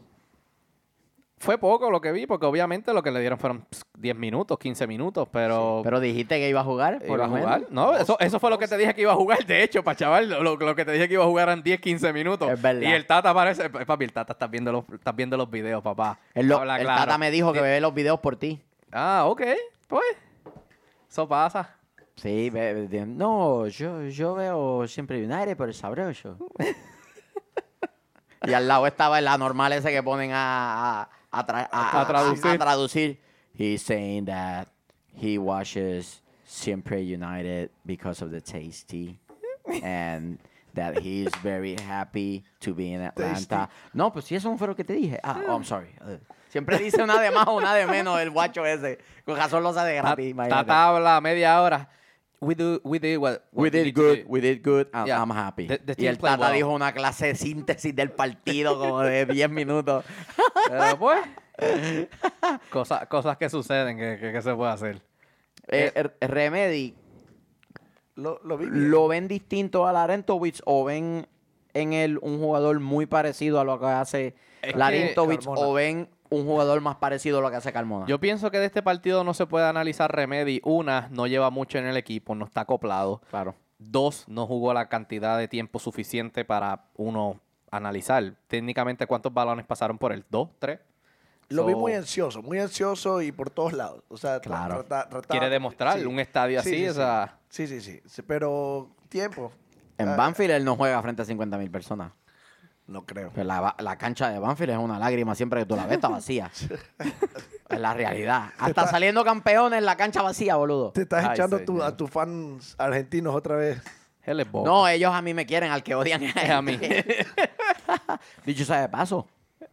Speaker 2: fue poco lo que vi, porque obviamente lo que le dieron fueron pss, 10 minutos, 15 minutos, pero...
Speaker 1: Pero dijiste que iba a jugar, por
Speaker 2: ¿Iba
Speaker 1: lo
Speaker 2: a
Speaker 1: menos.
Speaker 2: jugar? No, eso, eso fue lo que te dije que iba a jugar. De hecho, pa' chaval, lo, lo- lo que te dije que iba a jugar eran 10, 15 minutos.
Speaker 1: Es verdad.
Speaker 2: Y el Tata parece... pa- Papi, el Tata está viendo los, está viendo los videos, papá.
Speaker 1: Él lo-
Speaker 2: Habla
Speaker 1: el
Speaker 2: claro.
Speaker 1: Tata me dijo que ve los videos por ti.
Speaker 2: Ah, ok. Pues, eso pasa.
Speaker 1: Sí, ve- ve- de- no, yo, yo veo siempre United, pero sabroso. y al lado estaba el anormal ese que ponen a, a, a tra- a-
Speaker 2: A
Speaker 1: a-
Speaker 2: traducir.
Speaker 1: a traducir. He's saying that he watches siempre United because of the tasty and that he's very happy to be in Atlanta. No, pues si eso fue lo que te dije. Ah, oh, I'm sorry. Uh, Siempre dice una de más o una de menos el guacho ese. Con razón lo sabe
Speaker 2: Ta-
Speaker 1: gratis, imagínate.
Speaker 2: Tata habla media hora. We, do, we did what... what
Speaker 1: We did
Speaker 2: need to
Speaker 1: good,
Speaker 2: do.
Speaker 1: we did good, and
Speaker 2: Yeah.
Speaker 1: I'm happy.
Speaker 2: The- the
Speaker 1: y
Speaker 2: team
Speaker 1: el
Speaker 2: played
Speaker 1: Tata
Speaker 2: well.
Speaker 1: dijo una clase de síntesis del partido como de 10 minutos.
Speaker 2: Pero pues... cosas, cosas que suceden, que, que- que se puede hacer.
Speaker 1: Eh, R- Remedy,
Speaker 3: Lo, lo vi. bien.
Speaker 1: ¿lo ven distinto a Larentovich o ven en él un jugador muy parecido a lo que hace
Speaker 2: Es que-
Speaker 1: Larentovich
Speaker 3: Carmona.
Speaker 1: o ven un jugador más parecido a lo que hace Carmona?
Speaker 2: Yo pienso que de este partido no se puede analizar Remedy. Una, no lleva mucho en el equipo, no está acoplado.
Speaker 1: claro.
Speaker 2: Dos, no jugó la cantidad de tiempo suficiente para uno analizar técnicamente cuántos balones pasaron por él. Dos, tres.
Speaker 3: Lo vi
Speaker 2: So,
Speaker 3: muy ansioso, muy ansioso y por todos lados. O sea, tra-
Speaker 1: Claro.
Speaker 3: trata- trataba-
Speaker 2: Quiere demostrar
Speaker 3: sí.
Speaker 2: un estadio
Speaker 3: Sí,
Speaker 2: así.
Speaker 3: sí,
Speaker 2: o
Speaker 3: sí.
Speaker 2: sea,
Speaker 3: Sí, sí, sí. Sí, Pero tiempo.
Speaker 1: En
Speaker 3: Ah,
Speaker 2: Eh,
Speaker 1: Banfield él no juega frente a 50.000 personas.
Speaker 3: No creo.
Speaker 1: Pero la, ba- la cancha de Banfield es una lágrima siempre que tú la ves, está vacía. es la realidad. Hasta saliendo campeones, la cancha vacía, boludo.
Speaker 3: Te estás
Speaker 2: Ay,
Speaker 3: echando tu-
Speaker 2: señor.
Speaker 3: a tus fans argentinos otra vez.
Speaker 2: Él es bobo.
Speaker 1: No, ellos a mí me quieren, al que odian es
Speaker 2: a mí.
Speaker 1: Dicho sea de paso,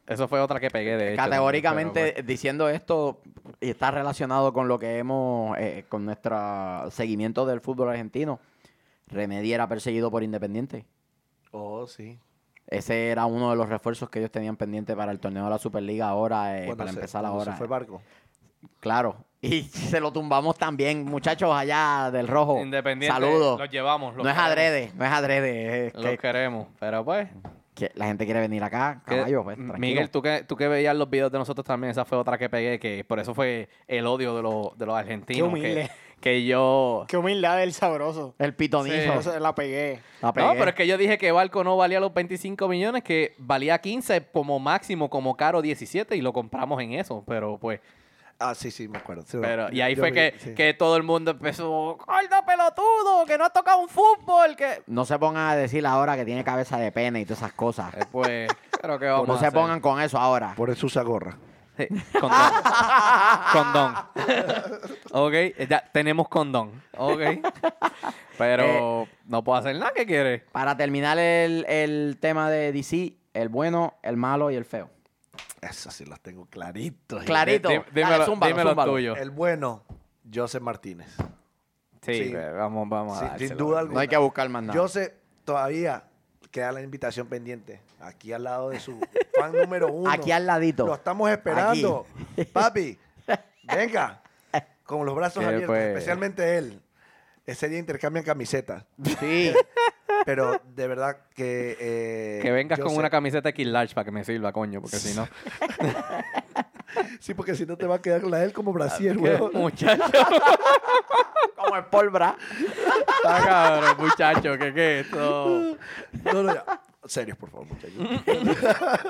Speaker 2: Eso fue otra que pegué, de hecho.
Speaker 1: categóricamente
Speaker 2: también,
Speaker 1: diciendo esto y está relacionado con lo que hemos, eh, con nuestro seguimiento del fútbol argentino, Remedy era perseguido por Independiente.
Speaker 3: Oh, sí.
Speaker 1: Ese era uno de los refuerzos que ellos tenían pendiente para el torneo de la Superliga ahora, eh,
Speaker 3: Cuando
Speaker 1: para
Speaker 3: se-
Speaker 1: empezar
Speaker 3: cuando
Speaker 1: ahora.
Speaker 3: Se fue barco.
Speaker 1: Claro. Y se lo tumbamos también, muchachos allá del rojo.
Speaker 2: pero bueno. Independiente.
Speaker 1: Saludos.
Speaker 2: Los llevamos. los
Speaker 1: No es
Speaker 2: queremos.
Speaker 1: adrede, no es adrede. es
Speaker 2: Los
Speaker 1: que,
Speaker 2: queremos. Pero pues.
Speaker 1: que la gente quiere venir acá,
Speaker 2: que-
Speaker 1: caballo, pues, tranquilo.
Speaker 2: Miguel, tú que, tú que veías los videos de nosotros también, esa fue otra que pegué, que por eso fue el odio de, los- de los argentinos. que-
Speaker 4: humilde.
Speaker 2: Que, yo.
Speaker 4: Qué humildad del sabroso.
Speaker 1: El pitonizo.
Speaker 4: Entonces la pegué.
Speaker 1: La pegué.
Speaker 2: No, pero es que yo dije que Barco no valía los 25 millones, que valía 15 como máximo, como caro 17, y lo compramos en eso. Pero pues,
Speaker 3: Ah, sí, sí, me acuerdo. Sí,
Speaker 2: pero, y ahí
Speaker 3: yo
Speaker 2: fue
Speaker 3: vi,
Speaker 2: que,
Speaker 3: sí.
Speaker 2: que todo el mundo empezó, ¡Gordo pelotudo! ¡Que no ha tocado un fútbol! Que...
Speaker 1: No se pongan a decir ahora que tiene cabeza de pene y todas esas cosas.
Speaker 2: Eh, Pues, creo que
Speaker 1: No
Speaker 2: vamos a
Speaker 1: se
Speaker 2: hacer?
Speaker 1: pongan con eso ahora.
Speaker 3: Por eso usa gorra.
Speaker 2: Sí, Condón. condón. ok, eh, ya tenemos condón. Ok.
Speaker 1: Eh,
Speaker 2: Pero no puedo hacer nada que quiere.
Speaker 1: Para terminar el, el tema de DC, el bueno, el malo y el feo.
Speaker 3: Esas sí las tengo claritos.
Speaker 1: Clarito.
Speaker 2: Di- di-
Speaker 1: Dale,
Speaker 2: dímelo-
Speaker 1: zúmbalo,
Speaker 2: dímelo
Speaker 1: zúmbalo.
Speaker 2: tuyo.
Speaker 3: El bueno, José Martínez.
Speaker 2: Sí,
Speaker 3: Sí.
Speaker 2: pero vamos, vamos a
Speaker 3: Sin-
Speaker 2: dárselo.
Speaker 3: sin duda alguna.
Speaker 1: No hay que buscar más nada.
Speaker 3: José, todavía queda la invitación pendiente. Aquí al lado de su fan número uno.
Speaker 1: Aquí al ladito.
Speaker 3: Lo estamos esperando. Papi, venga. Con los brazos
Speaker 2: Que,
Speaker 3: abiertos,
Speaker 2: pues-
Speaker 3: especialmente él. Ese día intercambian camisetas.
Speaker 1: Sí.
Speaker 3: Pero de verdad que. eh,
Speaker 2: Que vengas con
Speaker 3: José-
Speaker 2: una camiseta X large para que me sirva, coño, porque si no.
Speaker 3: Sí, porque si no te va a quedar la de él como brasier,
Speaker 2: ¿Qué?
Speaker 3: weón.
Speaker 2: Muchacho,
Speaker 1: Como el polvra.
Speaker 2: está cabrón, muchacho, ¿qué, qué es esto?
Speaker 3: No, no, ya. Serios, por favor, muchachos.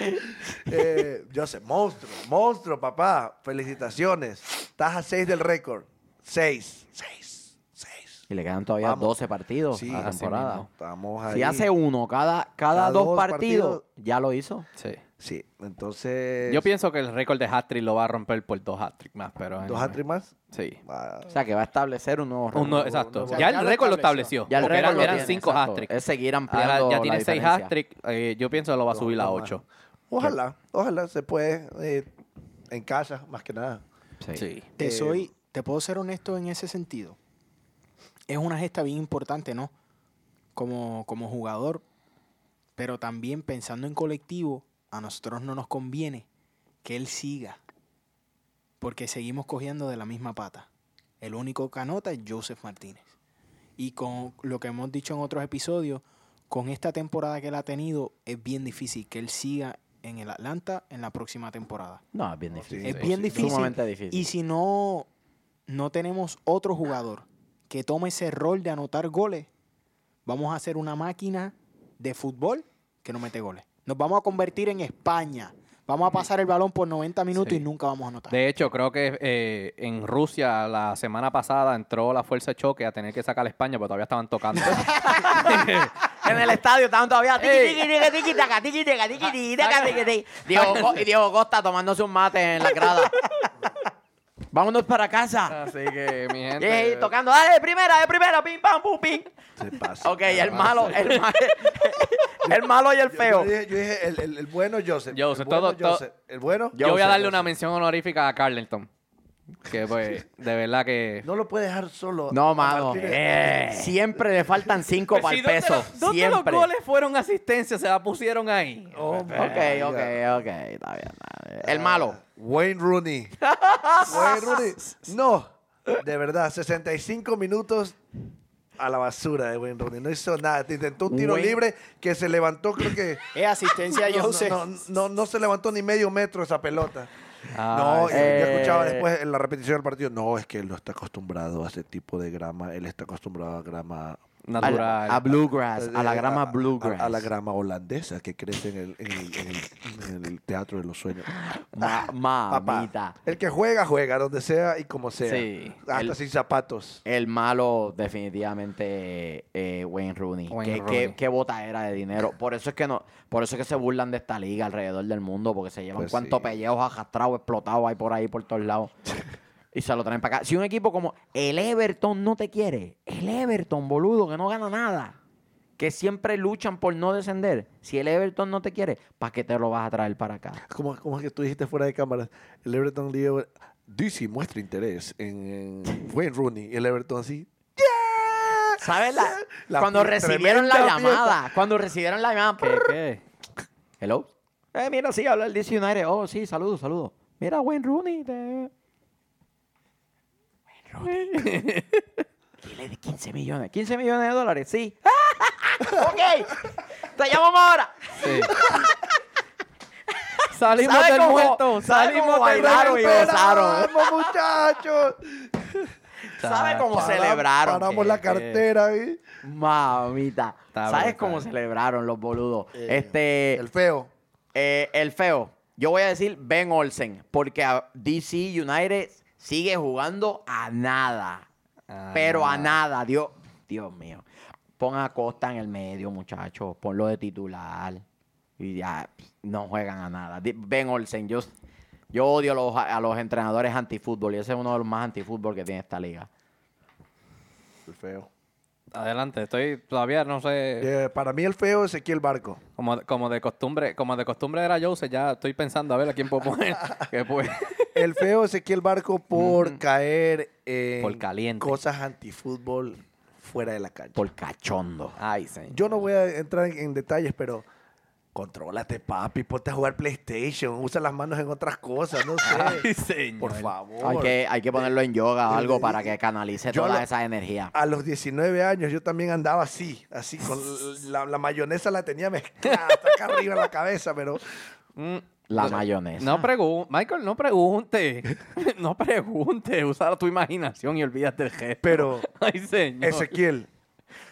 Speaker 3: eh, yo sé, monstruo, monstruo, papá. Felicitaciones. Estás a seis del récord. Seis, seis, seis.
Speaker 1: Y le quedan todavía
Speaker 3: Vamos.
Speaker 1: 12 partidos
Speaker 3: Sí,
Speaker 1: a la
Speaker 2: así
Speaker 1: temporada.
Speaker 2: mismo.
Speaker 3: Estamos ahí.
Speaker 1: Si hace uno cada, cada,
Speaker 3: Cada
Speaker 1: dos,
Speaker 3: dos
Speaker 1: partidos,
Speaker 3: partidos.
Speaker 1: ya lo hizo.
Speaker 2: Sí.
Speaker 3: Sí, entonces.
Speaker 2: Yo pienso que el récord de hat-trick lo va a romper por dos hat-trick más, pero...
Speaker 3: ¿Dos hat más?
Speaker 2: Sí.
Speaker 3: Ah,
Speaker 1: O sea, que va a establecer un nuevo récord.
Speaker 2: Un nuevo- exacto.
Speaker 3: O sea,
Speaker 2: ya
Speaker 4: ya
Speaker 2: el
Speaker 4: lo
Speaker 2: récord lo
Speaker 4: estableció.
Speaker 2: estableció.
Speaker 1: Ya el
Speaker 2: porque
Speaker 1: récord
Speaker 2: eran,
Speaker 1: lo tiene,
Speaker 2: eran cinco
Speaker 1: exacto.
Speaker 2: hat-tricks.
Speaker 1: Es seguir ampliando
Speaker 2: Ahora ya
Speaker 1: la
Speaker 2: tiene seis
Speaker 1: diferencia.
Speaker 2: hat-tricks. eh, yo pienso que lo va a
Speaker 3: Dos
Speaker 2: subir a
Speaker 3: más.
Speaker 2: ocho.
Speaker 3: ojalá, ojalá se puede. eh, en casa, más que nada.
Speaker 1: Sí.
Speaker 4: Te
Speaker 3: Eh,
Speaker 4: soy, te puedo ser honesto en ese sentido. Es una gesta bien importante, ¿no? Como, como jugador, pero también pensando en colectivo, a nosotros no nos conviene que él siga, porque seguimos cogiendo de la misma pata. El único que anota es Joseph Martínez. Y con lo que hemos dicho en otros episodios, con esta temporada que él ha tenido, es bien difícil que él siga en el Atlanta en la próxima temporada.
Speaker 1: No, es bien difícil.
Speaker 3: Sí,
Speaker 4: Es
Speaker 3: sí,
Speaker 4: bien
Speaker 3: sí.
Speaker 4: difícil.
Speaker 1: Sumamente difícil.
Speaker 4: Y si no, no tenemos otro jugador que tome ese rol de anotar goles, vamos a hacer una máquina de fútbol que no mete goles. Nos vamos a convertir en España. Vamos a pasar el balón por 90 minutos
Speaker 2: Sí.
Speaker 4: y nunca vamos a anotar.
Speaker 2: De hecho, creo que eh, en Rusia la semana pasada entró la fuerza de choque a tener que sacar a España, pero todavía estaban tocando.
Speaker 1: En el estadio estaban todavía. tiqui,
Speaker 2: Ey.
Speaker 1: tiqui, tiqui, tiqui, taca, tiqui, tiqui, tiqui, tiqui, taca, tiqui, tiqui. Diego Co- y Diego Costa tomándose un mate en la grada. Vámonos para casa.
Speaker 2: Así que, mi
Speaker 1: Y
Speaker 2: Ah, gente.
Speaker 1: ahí tocando, dale, de primera, de primera, pim, pam, pum, pim.
Speaker 3: Se pasa.
Speaker 1: Ok, el malo, el malo, el malo y el
Speaker 3: Yo-
Speaker 1: feo.
Speaker 3: Yo, dije, yo dije el, el- el bueno Joseph.
Speaker 2: Joseph,
Speaker 3: el bueno
Speaker 2: todo- todo-
Speaker 3: Joseph. El bueno.
Speaker 2: Yo voy a
Speaker 1: Joseph,
Speaker 2: darle una
Speaker 1: Joseph.
Speaker 2: mención honorífica a Carleton. Que pues, de verdad que.
Speaker 3: No lo puede dejar solo.
Speaker 1: No,
Speaker 3: a
Speaker 1: mano.
Speaker 3: Martínez.
Speaker 1: Eh, Siempre le faltan cinco
Speaker 2: Pero
Speaker 1: para
Speaker 2: Pues si
Speaker 1: el
Speaker 2: dos de
Speaker 1: peso.
Speaker 2: los- dos de los
Speaker 1: siempre.
Speaker 2: goles fueron asistencia, se la pusieron ahí.
Speaker 3: Oh,
Speaker 1: Ok, ok, ok. Está
Speaker 3: my God.
Speaker 1: bien, está bien. El malo.
Speaker 3: Wayne Rooney. Wayne Rooney. No, de verdad, 65 minutos a la basura de Wayne Rooney. No hizo nada. Intentó un tiro
Speaker 2: Wayne-
Speaker 3: libre que se levantó, creo que.
Speaker 4: Es asistencia a
Speaker 3: No,
Speaker 4: Joseph.
Speaker 3: no, no, no, no se levantó ni medio metro esa pelota.
Speaker 2: Ah,
Speaker 3: no,
Speaker 2: sí.
Speaker 3: yo- yo escuchaba
Speaker 1: Eh.
Speaker 3: después en la repetición del partido. No, es que él no está acostumbrado a ese tipo de grama. Él está acostumbrado a grama
Speaker 1: Al-
Speaker 2: natural.
Speaker 1: a bluegrass, Eh, a la grama bluegrass.
Speaker 3: A, la grama holandesa que crece en el, en el- en el- en el teatro de los sueños.
Speaker 1: Ma-
Speaker 3: Papá,
Speaker 1: mamita.
Speaker 3: el que juega, juega donde sea y como sea.
Speaker 1: Sí,
Speaker 3: Hasta
Speaker 1: el-
Speaker 3: sin zapatos.
Speaker 1: El malo, definitivamente, eh, Wayne Rooney.
Speaker 2: Wayne
Speaker 1: qué,
Speaker 2: Rooney.
Speaker 1: Qué, qué botadera de dinero. Por eso es que no, por eso es que se burlan de esta liga alrededor del mundo, porque se llevan
Speaker 3: Pues
Speaker 1: cuantos
Speaker 3: sí.
Speaker 1: pellejos arrastrados, explotados hay por ahí por todos lados. y se lo traen para acá. Si un equipo como el Everton no te quiere, el Everton, boludo, que no gana nada. Que siempre luchan por no descender. Si el Everton no te quiere, ¿para qué te lo vas a traer para acá?
Speaker 3: Como, como es que tú dijiste fuera de cámara, el Everton Leo DC muestra interés en, en Wayne Rooney y el Everton así. "Yeah".
Speaker 1: ¿Sabes? La-
Speaker 3: La
Speaker 1: cuando
Speaker 3: pi-
Speaker 1: recibieron la
Speaker 3: tremenda
Speaker 1: llamada. Cuando recibieron la llamada.
Speaker 2: ¿Qué, qué?
Speaker 1: Hello. Eh, mira, sí, habla el DC United. Oh, sí, saludos, saludos. Mira, Wayne Rooney. te- Wayne Rooney. Dile de 15 millones. 15 millones de dólares, sí. ok. Te llamamos ahora.
Speaker 2: Sí. Salimos
Speaker 1: ¿Sabe
Speaker 2: del
Speaker 1: cómo-
Speaker 2: muerto.
Speaker 1: sabe cómo
Speaker 2: Salimos del
Speaker 1: bailaron y
Speaker 2: muerto.
Speaker 1: gozaron?
Speaker 3: ¡Vamos, muchachos!
Speaker 1: ¿Sabes cómo
Speaker 3: Para-
Speaker 1: celebraron?
Speaker 3: Paramos la
Speaker 2: que-
Speaker 3: cartera, ¿eh?
Speaker 1: Mamita.
Speaker 2: Está
Speaker 1: ¿Sabes
Speaker 2: brutal.
Speaker 1: cómo celebraron los boludos?
Speaker 3: Eh,
Speaker 1: este.
Speaker 3: El feo.
Speaker 1: Eh, el feo. Yo voy a decir Ben Olsen, porque a DC United sigue jugando a nada.
Speaker 2: Ah.
Speaker 1: Pero a nada, Dios, Dios mío. Pon a Costa en el medio, muchachos. Ponlo de titular. Y ya pff, no juegan a nada. Di- Ben Olsen, yo, yo odio a los, a los entrenadores antifútbol. Y ese es uno de los más antifútbol que tiene esta liga.
Speaker 3: El feo.
Speaker 2: Adelante, estoy todavía no sé.
Speaker 3: Eh, para mí el feo es aquí el barco.
Speaker 2: Como, como de costumbre, como de costumbre era Jose, ya estoy pensando a ver a quién puedo poner. que pues,
Speaker 3: El feo es aquí el barco por caer en
Speaker 2: Por caliente.
Speaker 3: cosas antifútbol fuera de la cancha.
Speaker 1: Por cachondo.
Speaker 2: Ay, señor.
Speaker 3: Yo no voy a entrar en, en detalles, pero contrólate, papi, ponte a jugar PlayStation, usa las manos en otras cosas, no sé.
Speaker 2: Ay, señor.
Speaker 3: Por favor.
Speaker 1: Hay que, hay que ponerlo en yoga o algo
Speaker 3: Eh,
Speaker 1: para que canalice
Speaker 3: yo
Speaker 1: toda
Speaker 3: lo-
Speaker 1: esa energía.
Speaker 3: A los 19 años yo también andaba así, así con la, la mayonesa la tenía mezclada hasta acá arriba en la cabeza, pero
Speaker 2: Mm,
Speaker 1: La
Speaker 2: no-
Speaker 1: mayonesa.
Speaker 2: No pregunte, Michael, no pregunte. no pregunte. Usa tu imaginación y olvídate del gesto.
Speaker 3: pero
Speaker 2: Ay, señor.
Speaker 3: Ezequiel,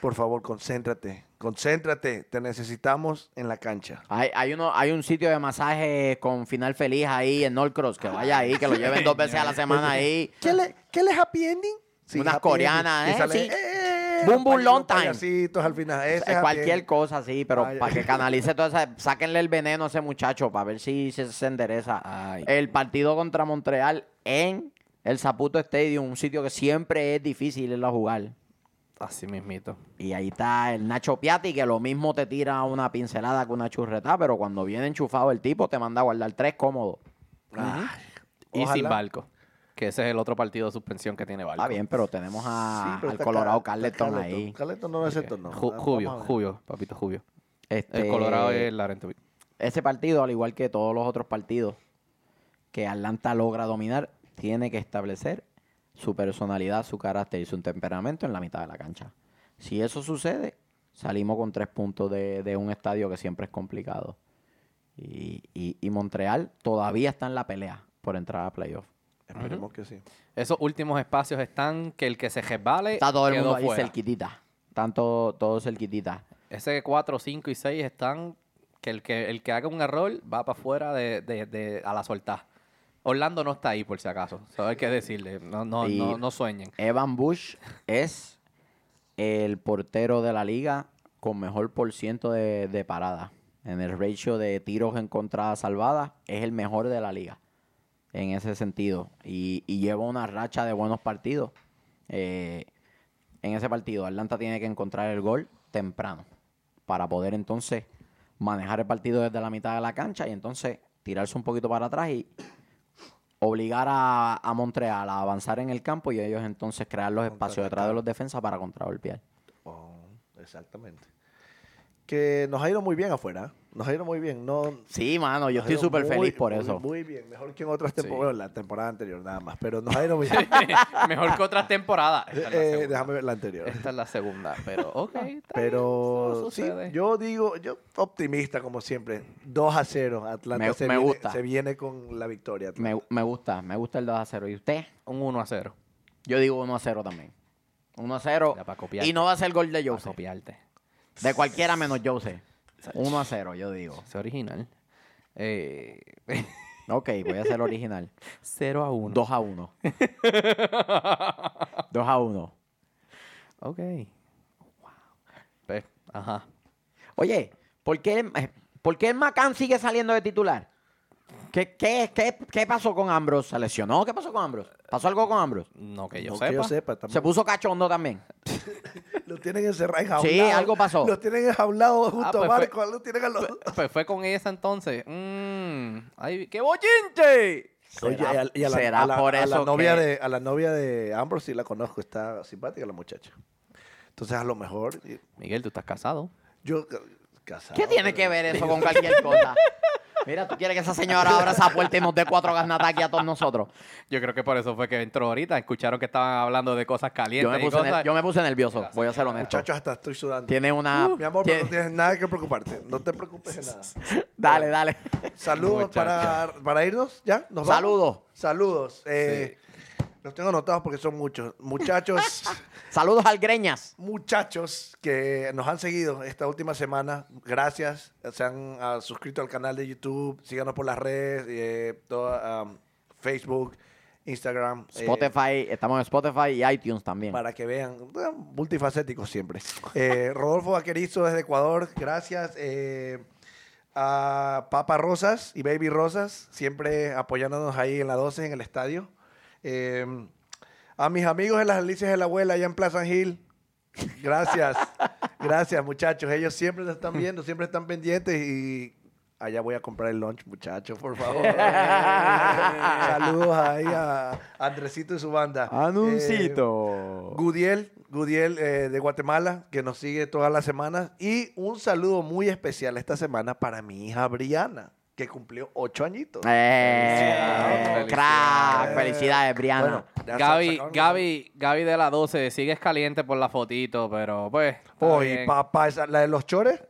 Speaker 3: por favor, concéntrate, concéntrate, te necesitamos en la cancha.
Speaker 1: Hay, hay, uno, hay un sitio de masaje con final feliz ahí en Norcross, que vaya ahí, que lo lleven dos veces a la semana ahí.
Speaker 3: ¿Qué le, qué le happy ending?
Speaker 1: Unas
Speaker 3: happy
Speaker 1: coreanas,
Speaker 3: ending. Que
Speaker 1: ¿eh?
Speaker 3: sale,
Speaker 1: Sí. Boom, boom,
Speaker 3: los
Speaker 1: long time.
Speaker 3: payasitos al final.
Speaker 1: Eh,
Speaker 3: ese es happy
Speaker 1: Cualquier
Speaker 3: ending.
Speaker 1: cosa, sí, pero
Speaker 3: Vaya.
Speaker 1: para que canalice toda esa... Sáquenle el veneno a ese muchacho para ver si se, se endereza.
Speaker 2: Ay.
Speaker 1: El partido contra Montreal en el Saputo Stadium, un sitio que siempre es difícil irlo a jugar.
Speaker 2: Así mismito.
Speaker 1: Y ahí está el Nacho Piatti, que lo mismo te tira una pincelada que una churreta, pero cuando viene enchufado el tipo te manda a guardar tres cómodos.
Speaker 3: Ay,
Speaker 2: Y
Speaker 3: ojalá.
Speaker 2: sin Balco. Que ese es el otro partido de suspensión que tiene Balco.
Speaker 1: Está Ah, bien, pero tenemos a,
Speaker 3: Sí, pero
Speaker 1: al
Speaker 3: está
Speaker 1: Colorado
Speaker 3: Car- está
Speaker 1: Carleton ahí.
Speaker 3: Carleton no lo acepto, no.
Speaker 2: Ju-
Speaker 3: Ah, Vamos
Speaker 2: Jubio,
Speaker 3: a ver.
Speaker 2: Jubio, papito Jubio.
Speaker 1: Este,
Speaker 2: El Colorado es Laurent
Speaker 1: Ese partido, al igual que todos los otros partidos que Atlanta logra dominar, tiene que establecer su personalidad, su carácter y su temperamento en la mitad de la cancha. Si eso sucede, salimos con tres puntos de, de un estadio que siempre es complicado. Y, y- y Montreal todavía está en la pelea por entrar a playoff.
Speaker 3: Esperemos que sí.
Speaker 2: Esos últimos espacios están que el que se resbale.
Speaker 1: Está todo el
Speaker 2: quedó
Speaker 1: mundo ahí
Speaker 2: fuera.
Speaker 1: cerquitita. Están todo- todos cerquitita.
Speaker 2: Ese 4, 5 y 6 están que el que, el que haga un error va para afuera de, de- de- a la soltada. Orlando no está ahí, por si acaso. Solo hay que decirle. No, no,
Speaker 1: Y-
Speaker 2: no, no sueñen.
Speaker 1: Evan Bush es el portero de la liga con mejor por ciento de, de parada. En el ratio de tiros encontradas salvadas, es el mejor de la liga en ese sentido. Y, y lleva una racha de buenos partidos. Eh, en ese partido, Atlanta tiene que encontrar el gol temprano para poder entonces manejar el partido desde la mitad de la cancha y entonces tirarse un poquito para atrás y, obligar a, a Montreal a avanzar en el campo y ellos entonces crear los espacios detrás de los defensas para contragolpear.
Speaker 3: Oh, exactamente. Que nos ha ido muy bien afuera. Nos ha ido muy bien. No,
Speaker 1: Sí, mano, yo
Speaker 3: nos ha
Speaker 1: estoy
Speaker 3: ido
Speaker 1: súper
Speaker 3: muy,
Speaker 1: feliz por
Speaker 3: muy,
Speaker 1: eso.
Speaker 3: Muy bien. Mejor que en otras temporadas. la temporada anterior nada más. Pero nos ha ido muy bien.
Speaker 2: Mejor que otras temporadas. Esta es la
Speaker 3: Eh,
Speaker 2: segunda.
Speaker 3: déjame ver la anterior.
Speaker 2: Esta es la segunda, pero ok. está bien,
Speaker 3: Pero
Speaker 2: eso
Speaker 3: sí,
Speaker 2: sucede.
Speaker 3: yo digo, yo optimista como siempre. 2 a 0. Atlanta
Speaker 1: Me-
Speaker 3: se,
Speaker 1: me
Speaker 3: viene,
Speaker 1: gusta.
Speaker 3: se viene con la victoria. Atlanta.
Speaker 1: Me, me gusta, me gusta el 2 a 0. ¿Y usted?
Speaker 2: un 1 a 0.
Speaker 1: Yo digo 1 a 0 también. 1 a 0.
Speaker 2: Ya, pa' copiar.
Speaker 1: Y no va a ser gol de
Speaker 2: Para
Speaker 1: Jose.
Speaker 2: copiarte.
Speaker 1: De cualquiera menos Jose. 1 a 0, yo digo.
Speaker 2: Es original. Eh,
Speaker 1: Ok, voy a hacer original.
Speaker 2: 0 a 1.
Speaker 1: 2 a 1. 2 a 1.
Speaker 2: Ok. Wow. Pues, ajá.
Speaker 1: Oye, ¿por qué, eh, ¿por qué el Macán sigue saliendo de titular? ¿Qué, qué, qué, qué pasó con Ambrose? ¿Se lesionó? ¿Qué pasó con Ambrose? ¿Pasó algo con Ambrose?
Speaker 2: No que yo
Speaker 3: No
Speaker 2: sepa.
Speaker 3: que yo sepa. tampoco.
Speaker 1: Se puso cachondo también.
Speaker 3: Lo tienen encerrado, enjaulado.
Speaker 1: Sí, algo pasó. Ah,
Speaker 3: Lo tienen enjaulado junto
Speaker 2: pues
Speaker 3: a
Speaker 2: fue-
Speaker 3: Marco. Lo tienen a los...
Speaker 2: Pues fue con esa entonces. Mm, ay, ¡Qué bochinche!
Speaker 3: Oye,
Speaker 1: ¿Será-
Speaker 3: y a- y a la-
Speaker 1: será
Speaker 3: a la-
Speaker 1: por
Speaker 3: a la
Speaker 1: eso
Speaker 3: novia
Speaker 1: que-
Speaker 3: de A la novia de Ambrose sí la conozco. Está simpática la muchacha. Entonces, a lo mejor... y-
Speaker 2: Miguel, tú estás casado.
Speaker 3: Yo... ca- Casado,
Speaker 1: ¿Qué tiene
Speaker 3: pero-
Speaker 1: que ver eso con cualquier cosa? Mira, tú quieres que esa señora abra esa puerta y nos dé cuatro gasnatas aquí a todos nosotros.
Speaker 2: Yo creo que por eso fue que entró ahorita. Escucharon que estaban hablando de cosas
Speaker 1: Yo
Speaker 2: calientes.
Speaker 1: me
Speaker 2: y
Speaker 1: puse,
Speaker 2: cosas-
Speaker 1: ner- yo me puse nervioso, voy a ser honesto.
Speaker 3: Muchachos, hasta estoy sudando.
Speaker 1: Tiene una...
Speaker 3: Uh, Mi amor,
Speaker 1: tiene-
Speaker 3: pero no tienes nada que preocuparte. No te preocupes de nada.
Speaker 1: Dale, dale.
Speaker 3: Saludos
Speaker 2: Muchacho.
Speaker 3: para, para irnos, ¿ya? ¿Nos vamos?
Speaker 1: Saludos.
Speaker 3: Saludos. eh, Los tengo anotados porque son muchos. Muchachos,
Speaker 1: Saludos al Greñas.
Speaker 3: muchachos que nos han seguido esta última semana. Gracias. Se han ah, suscrito al canal de YouTube. Síganos por las redes, eh, toda, am, Facebook, Instagram. eh,
Speaker 1: Spotify, estamos en Spotify y iTunes también.
Speaker 3: para que vean, eh, multifacéticos siempre. Eh, Rodolfo Vaquerizo desde Ecuador, gracias. Eh, a Papa Rosas y Baby Rosas, siempre apoyándonos ahí en la 12, en el estadio. Eh, a mis amigos de las delicias de la abuela allá en Plaza Hill, gracias. gracias, muchachos. Ellos siempre nos están viendo, siempre están pendientes y... Allá voy a comprar el lunch, muchachos, por favor. Saludos ahí a Andresito y su banda. Eh, Gudiel, Gudiel eh, de Guatemala, que nos sigue todas las semanas. Y un saludo muy especial esta semana para mi hija Briana, que cumplió ocho añitos.
Speaker 1: Eh,
Speaker 2: Felicidades.
Speaker 1: crack, felicidades, Briana.
Speaker 3: Bueno, ya sa-
Speaker 2: Gaby,
Speaker 3: sacaron-
Speaker 2: Gaby, Gaby de la 12, sigues caliente por la fotito, pero pues. está
Speaker 3: Oye,
Speaker 2: bien.
Speaker 3: papá, esa- la de los chores.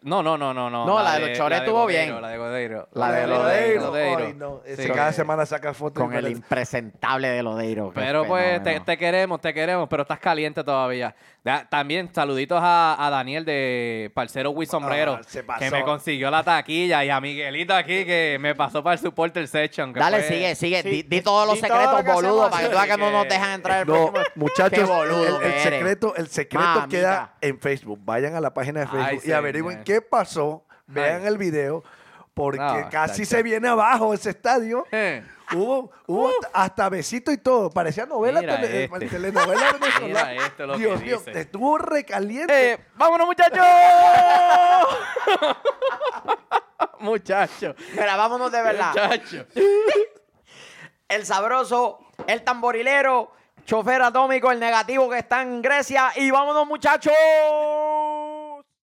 Speaker 2: No, no, no, no, no.
Speaker 1: No, la de los chores estuvo
Speaker 2: Godeiro,
Speaker 1: bien.
Speaker 2: La de Godeiro.
Speaker 1: La de Lodeiro.
Speaker 2: Godeiro.
Speaker 3: Ay, no, ese
Speaker 2: Sí.
Speaker 3: cada semana saca fotos.
Speaker 1: con el impresentable de Lodeiro. qué
Speaker 2: Pero pues te,
Speaker 1: fenómeno.
Speaker 2: te queremos, te queremos, pero estás caliente todavía. Da- también saluditos a, a Daniel de Parcero Wii Sombrero,
Speaker 3: Ah, se pasó.
Speaker 2: que me consiguió la taquilla, y a Miguelito aquí, que me pasó para el supporter section. que
Speaker 1: Dale,
Speaker 2: fue-
Speaker 1: sigue,
Speaker 2: Eh,
Speaker 1: sigue.
Speaker 4: Sí,
Speaker 1: Di, di todos los
Speaker 4: di todo
Speaker 1: secretos,
Speaker 4: lo que hacemos
Speaker 1: boludo, para que tú veas
Speaker 4: aquí.
Speaker 1: que no
Speaker 2: Que-
Speaker 1: nos dejan entrar el
Speaker 3: No,
Speaker 1: próximo- Qué
Speaker 3: muchachos,
Speaker 1: boludo
Speaker 3: el, el
Speaker 1: que eres.
Speaker 3: secreto, el secreto
Speaker 1: Mamita.
Speaker 3: queda en Facebook. Vayan a la página de
Speaker 2: Ay,
Speaker 3: Facebook y averigüen
Speaker 2: señor.
Speaker 3: qué pasó. Vean el video, porque
Speaker 2: No,
Speaker 3: casi
Speaker 2: chacho.
Speaker 3: se viene abajo ese estadio.
Speaker 2: Eh,
Speaker 3: Hubo, hubo hasta- hasta besito y todo. Parecía novela,
Speaker 2: Uh. Mira
Speaker 3: tele- eh,
Speaker 2: este.
Speaker 3: telenovela venezolana.
Speaker 2: Mira esto lo que
Speaker 3: Dios mío,
Speaker 2: dice.
Speaker 3: estuvo recaliente.
Speaker 2: eh, ¡Vámonos, muchachos! muchachos.
Speaker 1: Mira, vámonos de verdad.
Speaker 2: Muchachos.
Speaker 1: El sabroso, el tamborilero, chofer atómico, el negativo que está en Grecia. Y vámonos, muchachos.